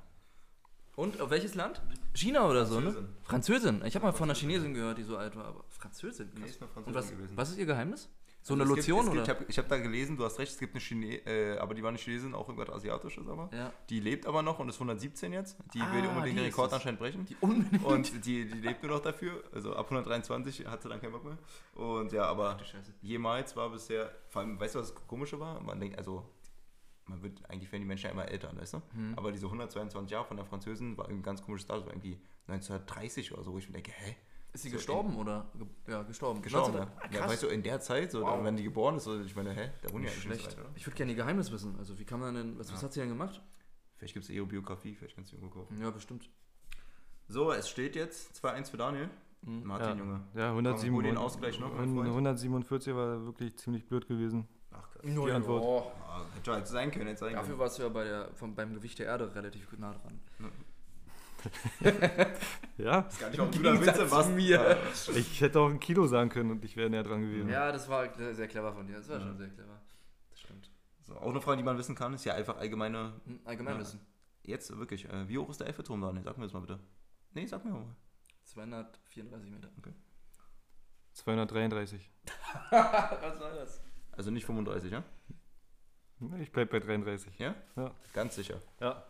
S2: Und auf welches Land? China oder so, ne?
S4: Französin.
S2: Französin. Ich habe mal von einer Chinesin gehört, die so alt war, aber Französin.
S4: Nee,
S2: Krass.
S4: ist eine ne? Französin
S2: Und was,
S4: gewesen.
S2: was ist ihr Geheimnis? So eine
S4: Also es gibt-
S2: Lotion
S4: es gibt,
S2: oder?
S4: Ich habe ich hab da gelesen, du hast recht, es gibt eine Chine, äh, aber die war eine Chinesin, auch irgendwas Asiatisches aber.
S2: Ja.
S4: Die lebt aber noch und ist 117 jetzt. Die
S2: Ah,
S4: will unbedingt
S2: die
S4: den
S2: ist
S4: Rekord
S2: es.
S4: anscheinend brechen.
S2: Die unbedingt.
S4: Und die, die lebt nur noch dafür. Also ab 123 hat sie dann keinen Bock mehr. Und ja, aber
S2: du Scheiße.
S4: jemals war bisher, vor allem, weißt du, was das Komische war? Man denkt, also, man wird, eigentlich werden die Menschen ja immer älter, weißt du?
S2: Hm.
S4: Aber diese 122 Jahre von der Französin war irgendwie ein ganz komisches Datum, irgendwie 1930 oder so, wo ich mir denke, hä?
S2: Ist sie
S4: So
S2: gestorben oder? Ge ja, gestorben.
S4: Gestorben,
S2: 19
S4: ja. Genau, ne? ja. Weißt du, in der Zeit, so,
S2: Wow.
S4: wenn die geboren ist, so, ich meine, hä? Da wohnen ja eigentlich nicht so
S2: Schlecht.
S4: weit, oder?
S2: Ich würde gerne ihr Geheimnis wissen. Also, wie kann man denn. Was, was hat sie denn gemacht?
S4: Vielleicht gibt es ihre Biografie, vielleicht kannst du irgendwo kaufen.
S2: Ja, bestimmt.
S4: Mhm. So, es steht jetzt 2-1 für Daniel.
S2: Mhm.
S4: Martin,
S3: ja.
S4: Junge.
S3: Ja,
S4: Komm,
S3: 147.
S4: hol den Ausgleich noch, mein Freund.
S3: 147 war wirklich ziemlich blöd gewesen.
S4: Ach, Gott.
S2: Nur
S3: Antwort.
S2: Oh.
S4: Ah, hätte halt sein können, hätte sein
S2: Dafür
S4: können.
S2: warst du ja bei der, vom, beim Gewicht der Erde relativ gut nah dran.
S3: Ja,
S2: <laughs>
S4: Gar nicht, warum du da Witze machst.
S2: mir.
S3: ich hätte auch ein Kilo sagen können und ich wäre näher dran gewesen.
S2: Ja, das war sehr sehr clever von dir. Das war schon sehr clever. Das stimmt.
S4: So, auch eine Frage, die man wissen kann, ist ja einfach allgemeine.
S2: Hm, Allgemeinwissen.
S4: Jetzt wirklich, äh, wie hoch ist der Eiffelturm, Daniel? Sag mir das mal bitte. Nee, sag mir mal.
S2: 234 Meter.
S3: 233.
S2: Was war das?
S4: Also nicht 35, ja?
S3: Ich bleib bei 33.
S4: Ja?
S3: Ja.
S4: Ganz sicher.
S3: Ja.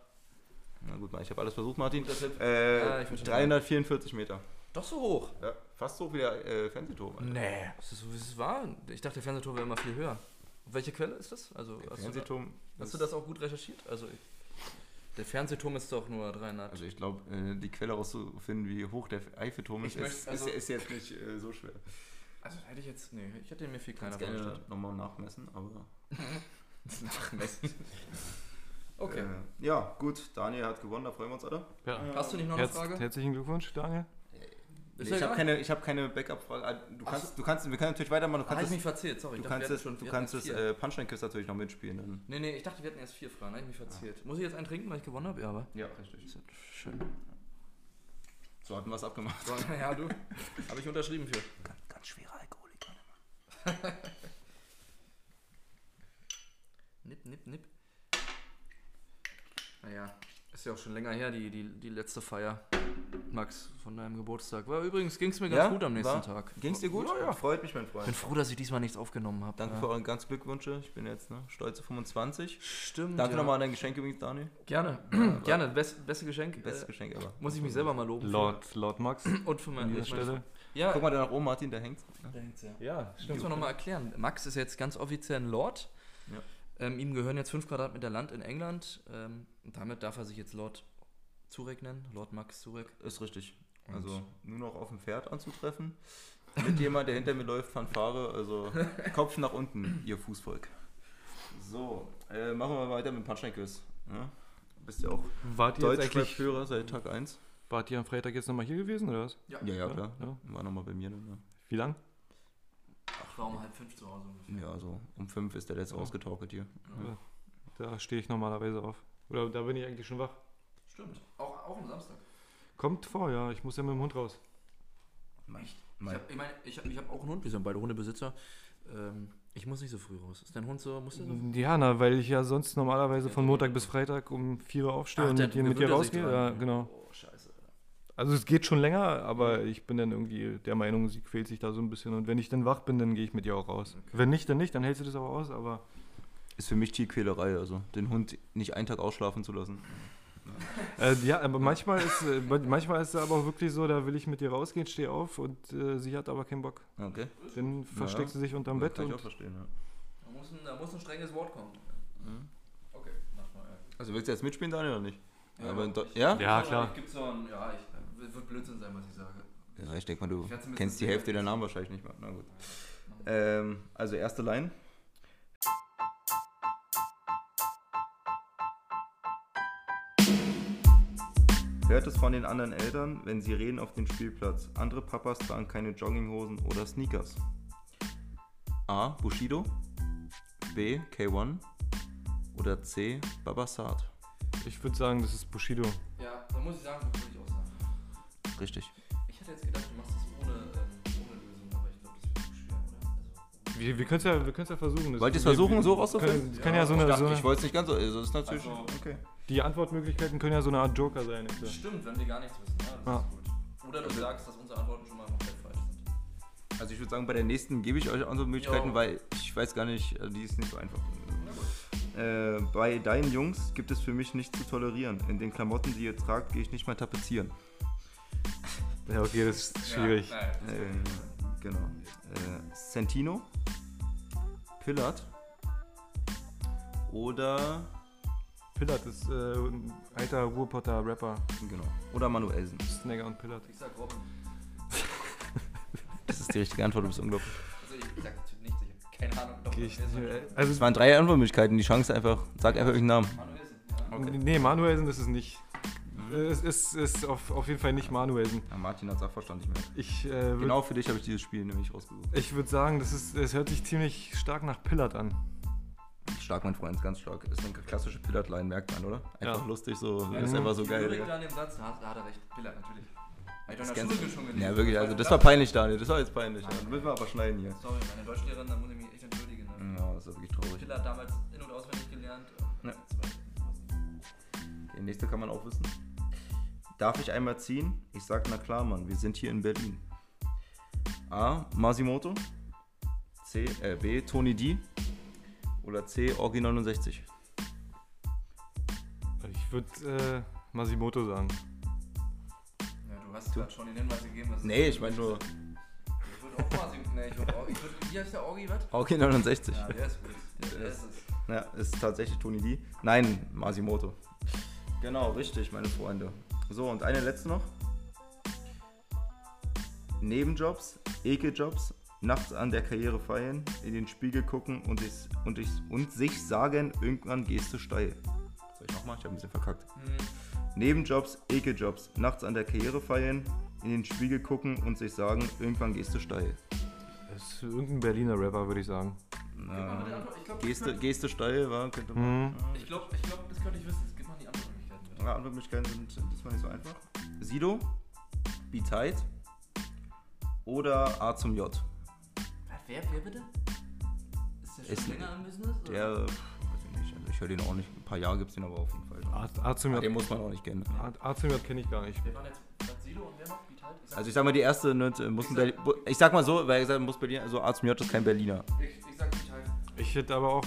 S4: Na gut, ich habe alles versucht, Martin.
S2: Guter Tipp.
S4: Äh,
S2: Ja, ich bin schon
S4: 344 Meter.
S2: Doch so hoch.
S4: Ja, fast so wie der äh, Fernsehturm. Alter.
S2: Nee. Ist das, ist das wahr? Ich dachte, der Fernsehturm wäre immer viel höher. Und welche Quelle ist das? Also, hast, du da,
S4: Fernsehturm.
S2: hast du das auch gut recherchiert? Also, ich, der Fernsehturm ist doch nur 300.
S4: Also ich glaube, äh, die Quelle rauszufinden, wie hoch der Eiffelturm ist,
S2: Ich
S4: ist,
S2: möchte- also-
S4: ist, ist jetzt nicht äh, so schwer. Also
S2: Also, hätte ich jetzt. Nee, ich hätte den mir viel kleiner
S4: Kannst gerne nochmal nachmessen, aber.
S2: vorgestellt. <laughs> Okay.
S4: Äh, ja, gut, Daniel hat gewonnen, da freuen wir uns alle.
S3: ja.
S2: Hast du nicht noch eine
S3: Herz,
S2: Frage?
S3: herzlichen Glückwunsch, Daniel.
S4: Nee, ich habe keine, ich hab keine Backup-Frage. Ah, Du kannst, du kannst, wir können natürlich weitermachen. Du
S2: Habe ich
S4: kannst,
S2: mich
S4: es,
S2: verzählt, sorry.
S4: du
S2: Ah, ich dachte,
S4: kannst,
S2: wir
S4: es,
S2: hatten schon-
S4: du
S2: wir
S4: kannst
S2: hatten
S4: es
S2: vier.
S4: äh, Punchline-Quiz natürlich noch mitspielen. Dann.
S2: Nee, nee, ich dachte, wir hatten erst vier Fragen. Habe ich
S4: Ah.
S2: mich verzählt. Muss ich jetzt einen trinken, weil ich gewonnen habe? Ja, aber.
S4: Ja, richtig.
S2: Schön.
S4: So hatten wir es abgemacht.
S2: <laughs> So, ja, du. Habe ich unterschrieben für.
S4: Ganz schwerer
S2: <laughs>
S4: Alkoholiker.
S2: Nip, nip, nip. Naja, ist ja auch schon länger her, die, die, die letzte Feier, Max, von deinem Geburtstag. War übrigens, ging es mir ganz gut am nächsten Tag.
S4: Ging es dir gut?
S2: Ja, ja.
S4: Freut mich, mein
S2: Ich bin
S4: Freund.
S2: froh, dass ich diesmal nichts aufgenommen habe.
S4: Danke
S2: ja.
S4: für euren ganz Glückwünsche. Ich bin jetzt ne, stolze 25.
S2: Stimmt.
S4: Danke
S2: ja.
S4: nochmal an dein Geschenk übrigens, Daniel.
S2: <clears throat> Gerne, gerne. Best, beste Geschenk.
S4: Bestes
S2: äh,
S4: Geschenk ever.
S2: muss ich mich selber mal loben.
S3: Lord, Lord Max
S2: für. Und für
S3: an
S2: meine,
S3: dieser
S2: meine
S3: Stelle.
S2: Ja,
S4: Guck mal da nach oben, Martin, der hängt.
S2: da hängt's ja.
S3: Ja,
S2: Muss man nochmal erklären. Max ist jetzt ganz offiziell ein Lord.
S4: Ja.
S2: Ähm, ihm gehören jetzt 5 Quadratmeter Land in England. Ähm, und damit darf er sich jetzt Lord Zurek nennen. Lord Max Zurek.
S4: Ist richtig.
S2: Und-
S4: Also nur noch auf dem Pferd anzutreffen. Mit jemand, der hinter mir läuft, Fanfare.
S3: <laughs>
S4: Also Kopf nach unten, ihr Fußvolk. So, äh, machen wir mal weiter mit dem Punchline-Quiz. Ja? Du bist ja auch
S3: Wart ihr, jetzt eigentlich,
S4: Deutsch-Rap-Hörer seit Tag 1.
S3: wart ihr am Freitag jetzt nochmal hier gewesen oder was?
S4: Ja, ja, klar.
S3: Ja.
S4: War nochmal bei mir. Ne?
S3: Wie lang?
S2: Ach, war um halb fünf zu Hause ungefähr.
S4: Ja, so um fünf ist der letzte
S3: Ja.
S4: rausgetaukelt hier.
S3: Da stehe ich normalerweise auf. Oder da bin ich eigentlich schon wach.
S2: Stimmt. Auch, auch am Samstag.
S3: Kommt vor, ja. Ich muss ja mit dem Hund raus.
S2: Ich, hab, ich meine, ich habe ich hab auch einen Hund. Wir sind beide Hundebesitzer. Ähm, ich muss nicht so früh raus. Ist dein Hund so? Muss der so früh?
S3: Ja, na, weil ich ja sonst normalerweise
S2: Ja,
S3: von
S2: nee.
S3: Montag bis Freitag um 4 Uhr aufstehe
S2: Ach,
S3: und
S2: der-
S3: mit ihr, mit ihr
S2: gewöhnt er sich
S3: rausgehe. Ja,
S2: dran.
S3: genau.
S2: Oh, scheiße.
S3: Also es geht schon länger, aber ich bin dann irgendwie der Meinung, sie quält sich da so ein bisschen. Und wenn ich dann wach bin, dann gehe ich mit ihr auch raus. Wenn nicht, dann nicht, dann hält sie das aber aus, aber
S4: Ist für mich Tierquälerei, also den Hund nicht einen Tag ausschlafen zu lassen.
S3: Äh, ja, aber manchmal ist, äh, man- manchmal ist es aber auch wirklich so, da will ich mit dir rausgehen, steh auf und äh, sie hat aber keinen Bock.
S4: Okay.
S3: Dann versteckt sie sich unterm Bett
S4: Kann ich
S3: und
S4: auch verstehen, ja.
S2: Da muss, ein, da muss ein strenges Wort kommen.
S4: Mhm.
S2: Okay, mach mal. Ja.
S4: Also willst du jetzt mitspielen, Daniel, oder nicht?
S2: Ja,
S4: Aber in Deu-
S2: ich-
S4: ja?
S3: Ja, klar.
S2: Gibt's noch einen, ja, ich, wird- wird Blödsinn sein, was ich sage.
S4: Ja, ich denke mal, du
S2: Ich werd's ein bisschen
S4: kennst die
S2: sehen.
S4: Hälfte der Namen wahrscheinlich nicht mal. Na gut. Ähm, also erste Line. Hört es von den anderen Eltern, wenn sie reden auf dem Spielplatz. Andere Papas tragen keine Jogginghosen oder Sneakers. A. Bushido. B. K1. Oder C. Babasat.
S3: ich würde sagen, das ist Bushido.
S2: Ja, da muss ich sagen, das würde ich auch sagen.
S4: Richtig.
S2: Ich hätte jetzt gedacht, du machst das ohne, ähm, ohne Lösung, aber ich glaube, das wird zu schwer, oder? Also,
S3: Wir, wir können es ja, wir können's ja versuchen. Das-
S4: Wollt ihr's
S3: wir-
S4: versuchen,
S3: wir-
S4: so rauszufinden?
S3: Kann, kann ja, so
S4: ich
S3: eine,
S4: dachte,
S3: so
S4: ich
S3: eine,
S4: wollte es nicht ganz so. Also, das ist natürlich.
S2: Also-
S4: okay.
S3: die Antwortmöglichkeiten können ja so eine Art Joker sein. Ich sag.
S2: Stimmt, wenn wir gar nichts wissen, ja, das
S3: Ja.
S2: ist gut. Oder du sagst, dass unsere Antworten schon mal komplett falsch sind.
S4: Also ich würde sagen, bei der nächsten gebe ich euch andere Möglichkeiten,
S2: Jo.
S4: weil ich weiß gar nicht, also die ist nicht so einfach. Äh, bei deinen Jungs gibt es für mich nichts zu tolerieren. In den Klamotten, die ihr tragt, gehe ich nicht mal tapezieren.
S3: Ja, okay, das ist schwierig.
S2: Ja, naja.
S4: Äh, genau. Äh, Sentino, Pillard oder
S3: Pillard ist äh, ein alter Ruhrpotter Rapper.
S4: genau oder Manuelsen.
S3: Snagger und Pillard.
S2: Ich sag Robin.
S4: Das ist die richtige Antwort, du bist unglaublich.
S2: Also ich, ich sag natürlich nichts, ich habe keine Ahnung. Doch,
S3: Geh ich,
S2: Manuelsen.
S4: Es
S3: also,
S4: waren drei Antwortmöglichkeiten, die Chance einfach, sag einfach irgendeinen Namen.
S2: Manuelsen, ja.
S3: nee, Manuelsen ist es nicht.
S2: Mhm.
S3: Äh, Es ist, ist auf, auf jeden Fall nicht Manuelsen.
S4: Ja, Martin hat es auch verstanden, ich merke.
S3: Ich äh, würd-
S4: Genau für dich habe ich dieses Spiel nämlich rausgesucht.
S3: Ich würde sagen, das ist, es hört sich ziemlich stark nach Pillard an.
S4: Stark, mein Freund, ganz stark. Ist eine klassische Pillard-Line, merkt man, oder? Einfach
S3: Ja.
S4: lustig, so.
S3: Ja,
S4: ist
S3: ja.
S4: einfach so
S2: Die
S4: geil.
S2: Lyrik
S4: Digga.
S2: da in dem Satz, da hat, da hat er recht. Pillard, natürlich. Hab Ich doch
S4: Das
S2: in der
S4: kennst
S2: Schule schon gelesen.
S4: Ja, wirklich, also das war peinlich, Daniel. Das war jetzt peinlich. Ja, müssen wir aber schneiden hier.
S2: Sorry, meine Deutschlehrerin, da muss ich mich echt entschuldigen. Ne?
S4: Ja, das ist wirklich traurig.
S2: Pillard damals in- und auswendig gelernt.
S4: Ja. Die nächste kann man auch wissen. Darf ich einmal ziehen? Ich sag, na klar, Mann, wir sind hier in Berlin. A. Masimoto. C. Äh, B. Tony D. Oder C. Orgi 69.
S3: Ich würde äh, Masimoto sagen.
S2: Ja, du hast gerade schon den Hinweis gegeben, dass
S4: Nee, ich meine nur
S2: Ich würde auch quasi. Nee, ich würde auch. Ich würd, wie heißt der Orgi, was?
S4: Orgi 69.
S2: Ja, der ist gut. Der,
S4: Der
S2: ist es.
S4: Ja, ist tatsächlich Tony D. Nein, Masimoto. Genau, richtig, meine Freunde. So, und eine letzte noch. Nebenjobs, Ekeljobs, nachts an der Karriere feiern, in den Spiegel gucken und, ich, und, ich, und sich sagen, irgendwann gehst du steil. Soll ich nochmal? Ich habe ein bisschen verkackt. Nebenjobs, Ekeljobs, nachts an der Karriere feiern, in den Spiegel gucken und sich sagen, irgendwann gehst du steil.
S3: Das ist irgendein Berliner Rapper, würde ich sagen.
S4: Na, Geste, Geste steil, war, könnte man.
S2: Ich glaube, ich glaub, das könnte ich wissen. Es gibt noch die andere Möglichkeit.
S4: Ja, andere Möglichkeiten sind diesmal nicht so einfach. Sido, Be Tight oder A zum J.
S2: Ah, Wer, wer bitte? Ist der schon
S4: Ist-
S2: länger im Business? oder?
S4: Der, äh, weiß ich nicht, also ich höre den auch nicht. Ein paar Jahre gibt es den aber auf jeden Fall. schon. Den
S3: Azumjad
S4: muss man auch nicht kennen.
S3: kenne ich gar nicht.
S2: Wer war jetzt? Was Silo und wer noch? Vital? Ich sag,
S4: Also ich sag mal, die erste, ne, muss ein Berli Bu- ich sag mal so, weil er gesagt hat, muss Berlin, also A zum J ist kein Berliner.
S2: ich, ich sag Vital.
S3: Ich hätte aber auch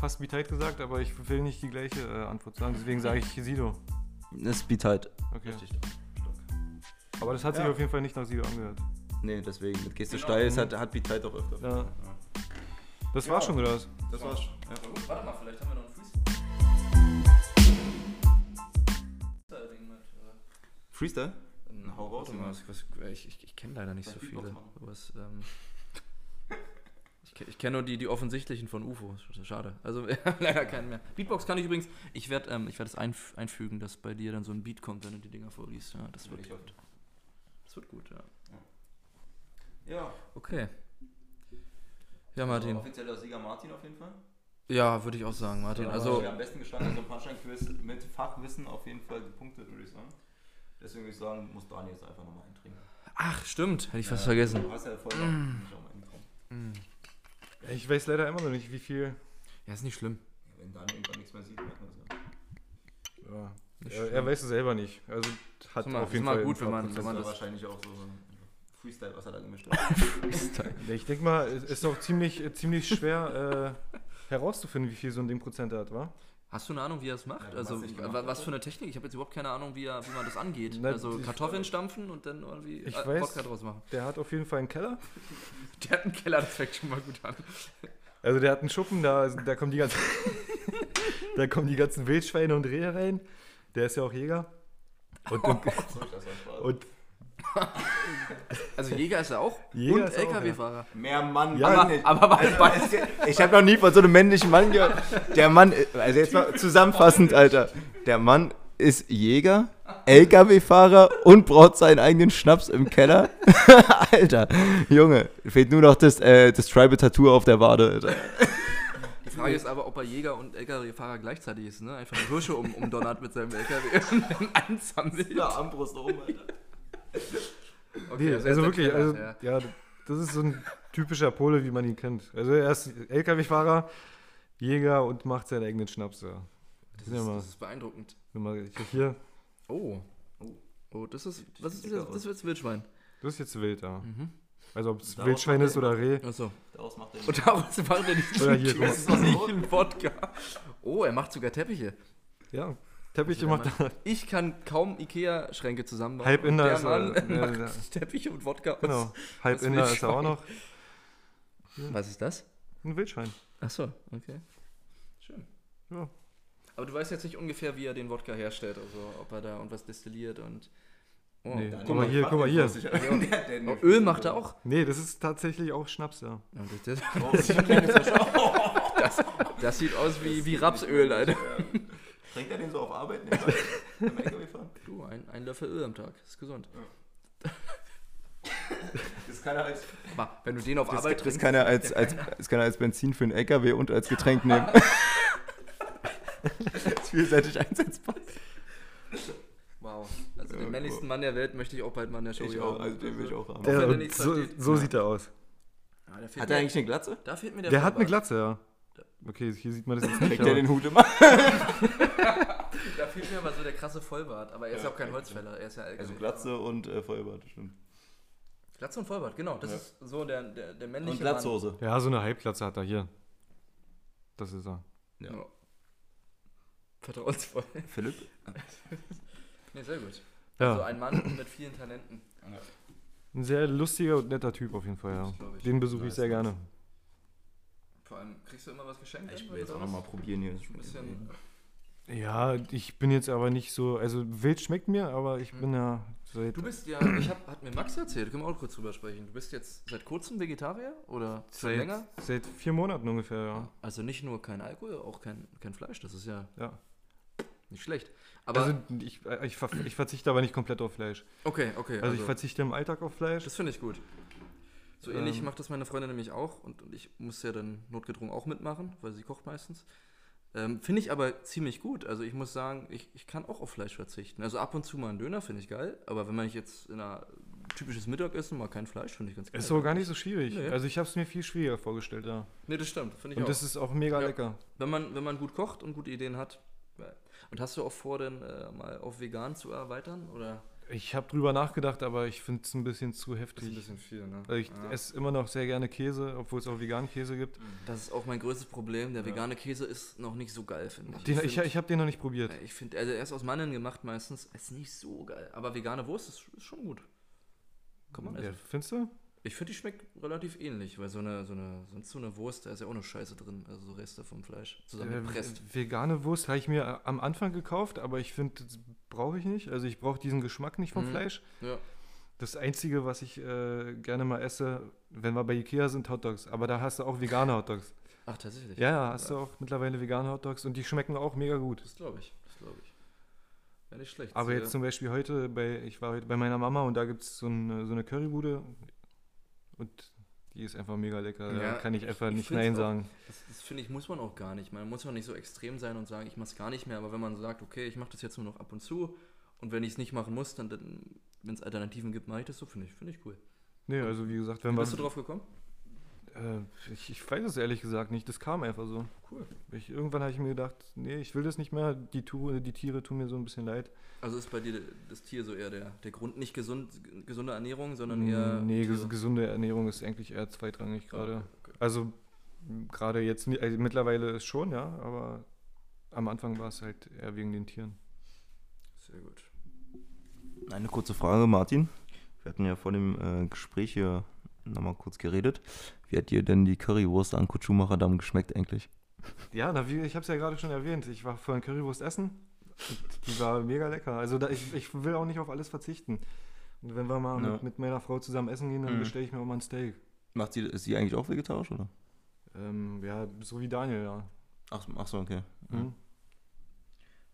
S3: fast Bitite gesagt, aber ich will nicht die gleiche äh, Antwort sagen, deswegen sage ich Sido.
S4: Das ist Be Tight.
S3: Okay. Aber das hat sich
S4: Ja.
S3: auf jeden Fall nicht nach Sido angehört.
S4: Nee, deswegen, mit Geste
S2: Genau.
S4: steil ist, hat, hat Be Tight auch öfter.
S3: Ja. Das war schon, oder was?
S4: Das war's.
S2: Aber gut, warte mal, vielleicht haben wir noch einen Freestyle.
S4: Freestyle? Hau raus, Junge.
S2: äh, Ich, ich, ich kenne leider nicht so
S4: Vielleicht Beatbox
S2: viele.
S4: machen.
S2: Was, ähm, <laughs> ich ke- ich kenne nur die, die offensichtlichen von UFO. Sch- Schade. Also <laughs> wir haben leider keinen mehr. Beatbox kann ich übrigens. Ich werde ähm, ich werd es einf einfügen, dass bei dir dann so ein Beat kommt, wenn du die Dinger vorliest. Ja, das, wird,
S4: Ich hoffe.
S2: das wird gut, ja.
S4: Ja.
S2: Okay. Ja, Martin.
S4: Offizieller Sieger Martin auf jeden Fall.
S2: Ja, würde ich auch sagen, Martin.
S4: Ja,
S2: Also,
S4: wir haben am besten gestanden, so ein Punchline-Quiz mit Fachwissen auf jeden Fall gepunktet, würde ich sagen. Deswegen würde ich sagen, muss Daniel jetzt einfach nochmal eintrinken.
S2: ach, stimmt. Hätte ich fast vergessen.
S4: Du hast ja vorher noch nicht auch mal hinbekommen.
S3: Ich weiß leider immer noch nicht, wie viel.
S2: Ja, ist nicht schlimm.
S4: Ja, Wenn Daniel irgendwann nichts mehr sieht, merkt man das ja.
S3: Ja. Er, er weiß es selber nicht. Also
S2: Ist
S3: hat
S2: immer-
S3: auf jeden
S2: ist immer
S3: Fall
S2: gut,
S3: ein
S2: wenn
S3: paar
S2: man- wenn
S3: Prozent.
S4: Das
S2: man-
S4: war
S2: das-
S4: wahrscheinlich auch so ein Freestyle, was er da gemischt
S2: <laughs>
S4: hat.
S3: Ich denke mal, es ist doch ziemlich, äh, ziemlich schwer äh, herauszufinden, wie viel so ein Ding Prozent hat, wa?
S2: Hast du eine Ahnung, wie er es macht?
S4: Ja, du
S2: also,
S4: hast nicht gemacht,
S2: wa- was für eine Technik? Ich habe jetzt überhaupt keine Ahnung, wie, er, wie man das angeht.
S3: Na,
S2: also,
S3: ich-
S2: Kartoffeln stampfen und dann irgendwie
S3: Ich
S2: äh,
S3: weiß-
S2: Wodka draus machen. <laughs>
S3: Der hat auf jeden Fall einen Keller.
S2: Der hat einen Keller, das fängt schon mal gut an.
S3: Also der hat einen Schuppen, da, da, kommen die ganzen, <laughs> da kommen die ganzen Wildschweine und Rehe rein. Der ist ja auch Jäger. Und, und,
S2: <laughs>
S4: Sorry, das war Spaß.
S3: und
S2: Also, <laughs> Jäger ist er auch
S3: Jäger
S2: und
S3: ist er auch,
S2: LKW-Fahrer.
S4: Mehr Mann.
S3: Ja,
S4: kann
S3: aber-
S4: ich nicht.
S2: aber
S4: also, es, ich habe noch nie von so einem männlichen Mann gehört. Der Mann, also jetzt mal zusammenfassend, Alter. Der Mann ist Jäger, LKW-Fahrer und braut seinen eigenen Schnaps im Keller. <laughs> Alter, Junge, fehlt nur noch das, äh, das Tribal-Tattoo auf der Wade. Alter.
S2: Die Frage ist aber, ob er Jäger und LKW-Fahrer gleichzeitig ist. Ne? Einfach eine Hirsche um, umdonnert mit seinem LKW <laughs> und dann einsammelt.
S4: Ambros oben, Alter.
S2: Okay,
S3: nee,
S2: er ist
S3: also
S2: der
S3: wirklich,
S2: Keller,
S3: also
S2: ja.
S3: ja, das ist so ein typischer Pole, wie man ihn kennt. Also er ist LKW-Fahrer, Jäger und macht seinen eigenen Schnaps. Ja.
S2: Das,
S3: Sind ja
S2: ist,
S3: mal-
S2: das ist beeindruckend.
S3: sind mal- ich- Hier,
S2: Oh. Oh, das ist. Was ist das? Das wird's Wildschwein.
S3: das ist jetzt wild, ja.
S2: Mhm.
S3: Also ob es
S4: Daraus
S3: Wildschwein
S4: macht
S3: ist
S4: er-
S3: oder Reh.
S2: Achso.
S4: Daraus macht er
S2: Und daraus macht er
S3: Oder
S2: diesen
S3: hier, guck mal.
S2: köstlichen Wodka. Oh, er macht sogar Teppiche.
S3: Ja, Teppich
S2: Guter
S3: macht <laughs>
S2: Mann. Ich kann kaum Ikea-Schränke zusammenbauen.
S3: Halb
S2: Und
S3: Inder
S2: der
S3: ist er,
S2: Mann
S3: äh,
S2: macht <laughs> Teppiche und Wodka aus.
S3: Genau. Halb
S2: das
S3: Inder ist er auch
S2: Wildschwein.
S3: noch.
S2: Was ist das?
S3: Ein Wildschwein.
S2: Achso, okay. Schön.
S3: Ja.
S2: Aber du weißt jetzt nicht ungefähr, wie er den Wodka herstellt. Also, ob er da und was destilliert und. Oh,
S3: Nee.
S2: guck
S3: Guck
S2: mal.
S3: mal hier, guck mal hier.
S2: Oh, Öl macht er auch.
S3: Nee, das ist tatsächlich auch Schnaps, ja.
S2: Ja, Oh, Das,
S4: Trinkt
S2: <laughs> das sieht aus wie, wie Rapsöl, Alter.
S4: er den so auf Arbeit? Nee, beim LKW fahren?
S2: Du, ein, ein Löffel Öl am Tag. Ist gesund.
S4: Das kann er als,
S2: Aber wenn du den auf
S4: das,
S2: Arbeit
S4: das
S2: trinkst,
S4: kann er als, als, das kann er als Benzin für den LKW und als Getränk <laughs> nehmen. Ist Vielseitig einsetzbar.
S2: Wow. Also
S4: Ja,
S2: den männlichsten Mann der Welt möchte ich auch bald mal in der Show hier haben.
S4: auch also haben.
S2: wenn
S3: Ja,
S2: er
S3: und
S2: nichts
S3: so
S2: versteht.
S3: so sieht er aus.
S2: Ah, da fehlt
S4: Hat
S2: mir-
S4: er eigentlich eine Glatze?
S2: Da fehlt mir der
S3: Der hat eine
S2: Vollbart.
S3: Glatze, ja. Okay, hier sieht man das jetzt nicht.
S4: Trägt er
S3: Aber
S4: den Hut immer?
S2: Da fehlt mir aber so der krasse Vollbart. Aber er ist ja auch kein Holzfäller. Er ist ja
S4: <laughs> Also
S2: LKW.
S4: Glatze und äh, Vollbart, stimmt.
S2: Glatze und Vollbart, genau. Das ist so der, der, der männliche
S4: Und Glatzhose.
S3: ja, so eine Halbglatze hat er hier. Das ist er.
S2: Mann. Ja. Vertrauensvoll. <laughs>
S4: Philipp?
S2: Nee, sehr gut. Also
S3: Ja,
S2: ein Mann mit vielen Talenten.
S3: ein sehr lustiger und netter Typ auf jeden Fall, ja.
S2: glaub ich.
S3: Den besuche ich sehr gerne.
S2: Vor allem kriegst du immer was geschenkt.
S4: Ich
S2: wenn
S4: will
S2: du
S4: jetzt auch
S2: da bist?
S4: nochmal probieren hier. Äh,
S2: Ein bisschen.
S3: Ja, ich bin jetzt aber nicht so, also wild schmeckt mir, aber ich bin ja seit
S2: Du bist ja, ich hab, hat mir Max erzählt, können wir auch kurz drüber sprechen. Du bist jetzt seit kurzem Vegetarier oder schon
S3: seit,
S2: länger?
S3: seit vier Monaten ungefähr, ja.
S2: Also nicht nur kein Alkohol, auch kein, kein Fleisch, das ist ja.
S3: ja.
S2: Nicht schlecht. Aber,
S3: Also ich, ich, ver- ich verzichte aber nicht komplett auf Fleisch.
S2: okay, okay.
S3: Also, ich
S2: also-
S3: verzichte im Alltag auf Fleisch.
S2: Das finde ich gut. So ähnlich
S3: Ähm.
S2: macht das meine Freundin nämlich auch und, und ich muss ja dann notgedrungen auch mitmachen, weil sie kocht meistens. Ähm, finde ich aber ziemlich gut. Also ich muss sagen, ich, ich kann auch auf Fleisch verzichten. Also ab und zu mal einen Döner finde ich geil, aber wenn man jetzt in einer typisches Mittagessen mal kein Fleisch finde ich ganz geil.
S3: Ist auch gar nicht so schwierig.
S2: Nee.
S3: Also ich habe es mir viel schwieriger vorgestellt, ja.
S2: Nee, das stimmt, finde ich
S3: Und
S2: auch.
S3: das ist auch mega
S2: Ja.
S3: lecker.
S2: wenn, man, wenn man gut kocht und gute Ideen hat. geil. Und hast du auch vor, denn äh, mal auf vegan zu erweitern oder
S3: Ich habe drüber nachgedacht, aber ich finde es ein bisschen zu heftig.
S2: viel, ne?
S3: also ich esse immer noch sehr gerne Käse, obwohl es auch veganen Käse gibt.
S2: Das ist auch mein größtes Problem. Der vegane Käse ist noch nicht so geil, finde ich.
S3: Den,
S2: ich,
S3: ich
S2: find-
S3: ich habe den noch nicht probiert.
S2: Ja, Ich finde, also er ist aus Mandeln gemacht meistens. Ist nicht so geil. Aber vegane Wurst ist, ist schon gut. Kann man
S3: Ja,
S2: essen.
S3: findest du?
S2: Ich finde, die schmeckt relativ ähnlich, weil so eine, so eine, sonst so eine Wurst, da ist ja auch eine Scheiße drin. Also so Reste vom Fleisch zusammengepresst.
S3: Äh, vegane Wurst habe ich mir äh, am Anfang gekauft, aber ich finde, das brauche ich nicht. Also ich brauche diesen Geschmack nicht vom
S2: Mhm.
S3: Fleisch.
S2: ja.
S3: Das Einzige, was ich äh, gerne mal esse, wenn wir bei Ikea sind, Hotdogs. Aber da hast du auch vegane Hotdogs.
S2: Ach, tatsächlich.
S3: Ja, ja, hast du auch mittlerweile vegane Hotdogs und die schmecken auch mega gut.
S2: Das glaube ich. Das glaube ich. Ja, nicht schlecht.
S3: Aber
S2: Äh,
S3: jetzt zum Beispiel heute, bei, ich war heute bei meiner Mama und da gibt so es so eine Currybude und die ist einfach mega lecker. da
S2: Ja,
S3: kann ich einfach
S2: ich
S3: nicht
S2: find's
S3: Nein
S2: auch.
S3: sagen.
S2: Das, das finde ich, muss man auch gar nicht. Man muss man nicht so extrem sein und sagen, ich mache es gar nicht mehr. Aber wenn man sagt, okay, ich mache das jetzt nur noch ab und zu und wenn ich es nicht machen muss, dann, dann wenn es Alternativen gibt, mache ich das so, finde ich, finde ich cool.
S3: Nee, also wie gesagt, wenn
S2: Bist du
S3: wir.
S2: drauf gekommen?
S3: Äh, ich, ich weiß es ehrlich gesagt nicht, das kam einfach so.
S2: Cool.
S3: Ich, irgendwann habe ich mir gedacht, nee, ich will das nicht mehr. Die, tu, die Tiere tun mir so ein bisschen leid.
S2: Also ist bei dir das Tier so eher der, der Grund, nicht gesund, gesunde Ernährung, sondern eher.
S3: Mm,
S4: Mm,
S3: nee,
S2: Tiere.
S3: ges gesunde Ernährung ist eigentlich eher zweitrangig gerade.
S2: okay.
S3: Also m, gerade jetzt, ni- also mittlerweile schon, ja, aber am Anfang war es halt eher wegen den Tieren.
S2: Sehr gut.
S4: Eine kurze Frage, Martin. Wir hatten ja vor dem äh, Gespräch hier nochmal kurz geredet. Wie hat dir denn die Currywurst an Kutschumacher Damm geschmeckt eigentlich?
S3: Ja, na, wie, ich habe es ja gerade schon erwähnt. Ich war vorhin Currywurst essen. und Die war mega lecker. Also da, ich, ich will auch nicht auf alles verzichten. Und wenn wir mal
S4: Ja.
S3: mit, mit meiner Frau zusammen essen gehen, dann
S4: Mhm.
S3: bestelle ich mir auch mal ein Steak.
S4: Macht sie, ist sie eigentlich auch vegetarisch, oder?
S3: Ähm, ja, so wie Daniel, ja.
S4: Ach, so- ach so, okay.
S3: Mhm.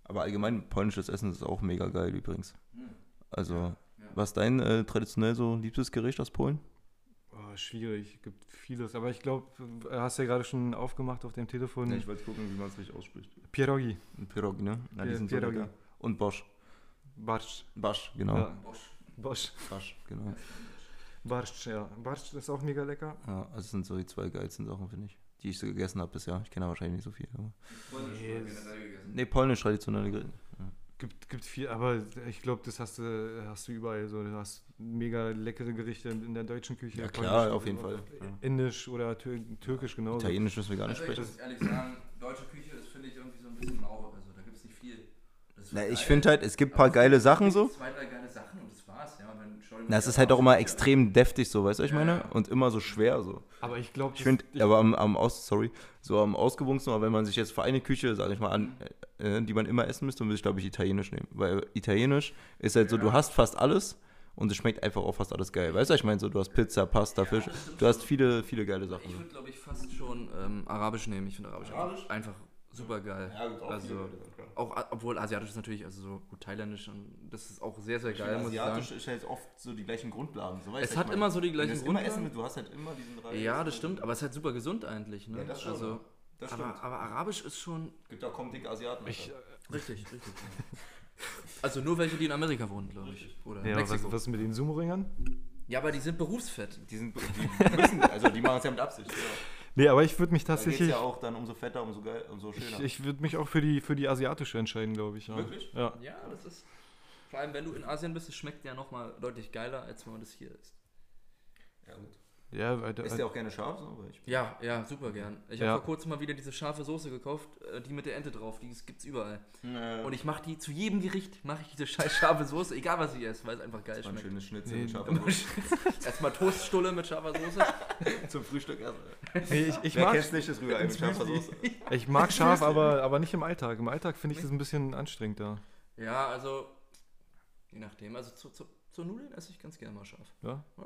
S4: Aber allgemein polnisches Essen ist auch mega geil übrigens. Also,
S2: ja.
S4: was dein äh, traditionell so liebstes Gericht aus Polen?
S3: Oh, schwierig, gibt vieles. Aber ich glaube, hast ja gerade schon aufgemacht auf dem Telefon.
S4: wollte gucken, wie man es richtig ausspricht.
S3: Pierogi,
S4: Pierogi, ne? Na, die
S3: Pier-
S4: sind so
S3: Pierogi.
S4: lecker. Und Bosch.
S3: Barsch.
S4: Bosch, genau.
S3: Ja. Barsch.
S4: Bosch, genau.
S3: Barsch, ja. Barsch ist auch mega lecker.
S4: Ja, also das sind so die zwei geilsten Sachen, finde ich. Die ich so gegessen habe bisher. Ich kenne da wahrscheinlich nicht so viel. Aber nee, polnisch traditionelle Gerichte.
S2: Also-
S3: Gibt, gibt viel, aber ich glaube, das hast du, hast du überall. So. Du hast mega leckere Gerichte in in der deutschen Küche.
S4: Ja, klar,
S3: polnisch,
S4: auf jeden Fall.
S3: Indisch oder tür türkisch genauso.
S4: Italienisch müssen wir gar nicht
S2: Also ich
S4: sprechen.
S2: muss ehrlich sagen, deutsche Küche ist, finde ich, irgendwie so ein bisschen mau. Also da gibt es nicht viel. Das ist
S4: Na, ich
S2: geil,
S4: finde halt, es gibt ein paar
S2: aber
S4: geile
S2: es gibt
S4: Sachen so.
S2: Zwei, drei geile Sachen und das war's. Ja, wenn, Entschuldigung,
S4: Na, es
S2: ja, also
S4: ist halt auch immer
S2: aber-
S4: extrem deftig so, weißt du, was
S2: Ja,
S4: ich meine?
S2: ja.
S4: Und immer so schwer so.
S3: Aber ich glaube,
S4: Ich finde, aber am, am aus, sorry, so am ausgewogensten, aber wenn man sich jetzt für eine Küche, sage ich mal, an, äh, die man immer essen müsste, würde ich glaube ich Italienisch nehmen. Weil Italienisch ist halt so, du hast fast alles und es schmeckt einfach auch fast alles geil. Weißt du, ich meine so, du hast Pizza, Pasta, Fisch, du hast viele, viele geile Sachen.
S3: Hm.
S2: Ich würde, glaube ich, fast schon ähm, Arabisch nehmen. Ich finde Arabisch,
S4: Arabisch?
S2: einfach super geil. also, auch, a- obwohl Asiatisch ist natürlich, also so gut Thailändisch, und das ist auch sehr, sehr geil, muss ich sagen.
S4: ist halt oft so die gleichen Grundlagen.
S2: Es hat immer so die gleichen Grundlagen.
S4: du hast halt immer diesen Reis.
S2: Ja, das stimmt, aber es ist halt super gesund eigentlich. Ne?
S4: Ja, das schon,
S2: also,
S4: ja. Das
S2: aber, äh, aber Arabisch ist schon
S4: Gibt auch kaum dicke Asiaten.
S3: Ich,
S2: richtig, richtig. also nur welche, die in Amerika wohnen, glaube ich. Oder in
S3: ja,
S2: Mexiko.
S3: was, was mit den Sumo-Ringern?
S2: Ja, aber die sind berufsfett.
S4: die sind, die müssen, also die machen es ja mit Absicht.
S3: Nee, aber ich würde mich
S4: Da geht es
S3: tatsächlich.
S4: ja auch dann umso fetter, umso, geil, umso schöner.
S3: ich ich würde mich auch für die, für die asiatische entscheiden, glaube ich. Ja.
S4: Wirklich?
S3: Ja.
S2: Ja, das ist. Vor allem, wenn du in Asien bist, es schmeckt ja nochmal deutlich geiler, als wenn man das hier ist.
S4: ja, gut.
S3: ja, weil da-
S4: Ist der auch gerne scharf? So? Weil ich-
S2: Ja, ja, super gern. Ich
S3: Ja.
S2: habe vor kurzem mal wieder diese scharfe Soße gekauft, äh, die mit der Ente drauf, die gibt's überall. Und
S4: Und
S2: ich mache die zu jedem Gericht, mache ich diese scheiß scharfe Soße, egal was ich esse, weil es einfach geil
S4: ich ein
S2: schmeckt.
S4: schönes Schnitzel
S3: Nee,
S4: mit
S2: <laughs>
S4: scharfer
S2: Immer
S4: Soße
S2: schön- Erstmal Toaststulle mit scharfer Soße.
S4: <laughs> zum Frühstück. erst.
S3: nee, ich, ich,
S4: Wer
S3: mag,
S4: kennt's nicht, das Rührei mit scharfer Soße. <laughs>
S3: ich mag scharf, aber, aber nicht im Alltag. Im Alltag finde ich das ein bisschen anstrengend da.
S2: Ja, also, je nachdem. Also zu, zu, zu Nudeln esse ich ganz gerne mal scharf.
S3: Ja?
S2: Ja.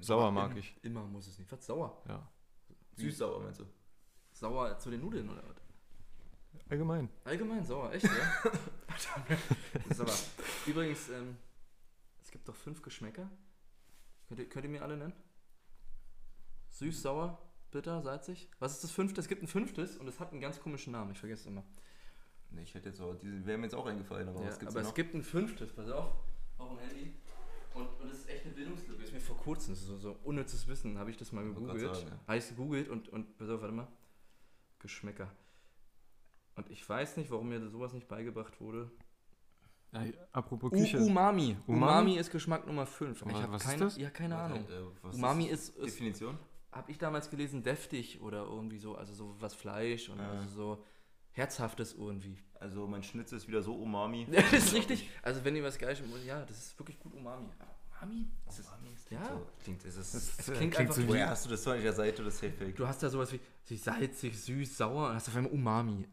S3: Sauer mag ich.
S2: Immer muss es nicht. Was sauer?
S3: Ja.
S4: Süß-sauer meinst du?
S2: Sauer zu den Nudeln oder was?
S3: Allgemein.
S2: Allgemein sauer, echt,
S4: <laughs>
S2: ja? das ist aber. Übrigens, ähm, es gibt doch fünf Geschmäcker. Könnt ihr, könnt ihr mir alle nennen? Süß, sauer, bitter, salzig. Was ist das fünfte? Es gibt ein fünftes und es hat einen ganz komischen Namen. Ich vergesse es immer.
S4: Nee, ich hätte jetzt auch, die wären mir jetzt auch eingefallen, aber
S2: ja,
S4: was gibt's
S2: aber
S4: denn
S2: es
S4: noch?
S2: gibt ein fünftes, pass auf, auf dem Handy. Und, und das ist echt eine Bildungslücke. Ist mir vor kurzem das ist so, so unnützes Wissen, habe ich das mal
S4: Wollte grad
S2: gegoogelt.
S4: sagen, Oh ja.
S2: Habe ich es gegoogelt und, und pass auf, warte mal. Geschmäcker. Und ich weiß nicht, warum mir sowas nicht beigebracht wurde.
S3: Apropos
S2: U-
S3: Küche.
S2: Umami. Umami.
S3: Umami?
S2: ist Geschmack Nummer 5.
S3: Warte, was ist
S2: keine,
S3: das?
S2: Ja, keine
S4: Warte,
S2: Ahnung.
S4: äh, was
S2: Umami
S4: ist,
S2: ist, ist
S4: Definition?
S2: habe ich damals gelesen, deftig oder irgendwie so, also so was Fleisch und
S4: Ja.
S2: also so herzhaftes irgendwie. <laughs>
S4: Also mein Schnitzel ist wieder so <laughs> Umami.
S2: Ja, das ist richtig. Also wenn ihr was Geiles, ja, das ist wirklich gut Umami. Aber Umami? Das ist, ja.
S4: So, klingt, es ist,
S3: Das,
S2: Es
S3: äh,
S2: klingt einfach
S3: so wie
S4: woher hast du das zu welcher Seite, das Hefeweg?
S2: Du hast da sowas wie so salzig, süß, sauer und hast auf einmal Umami.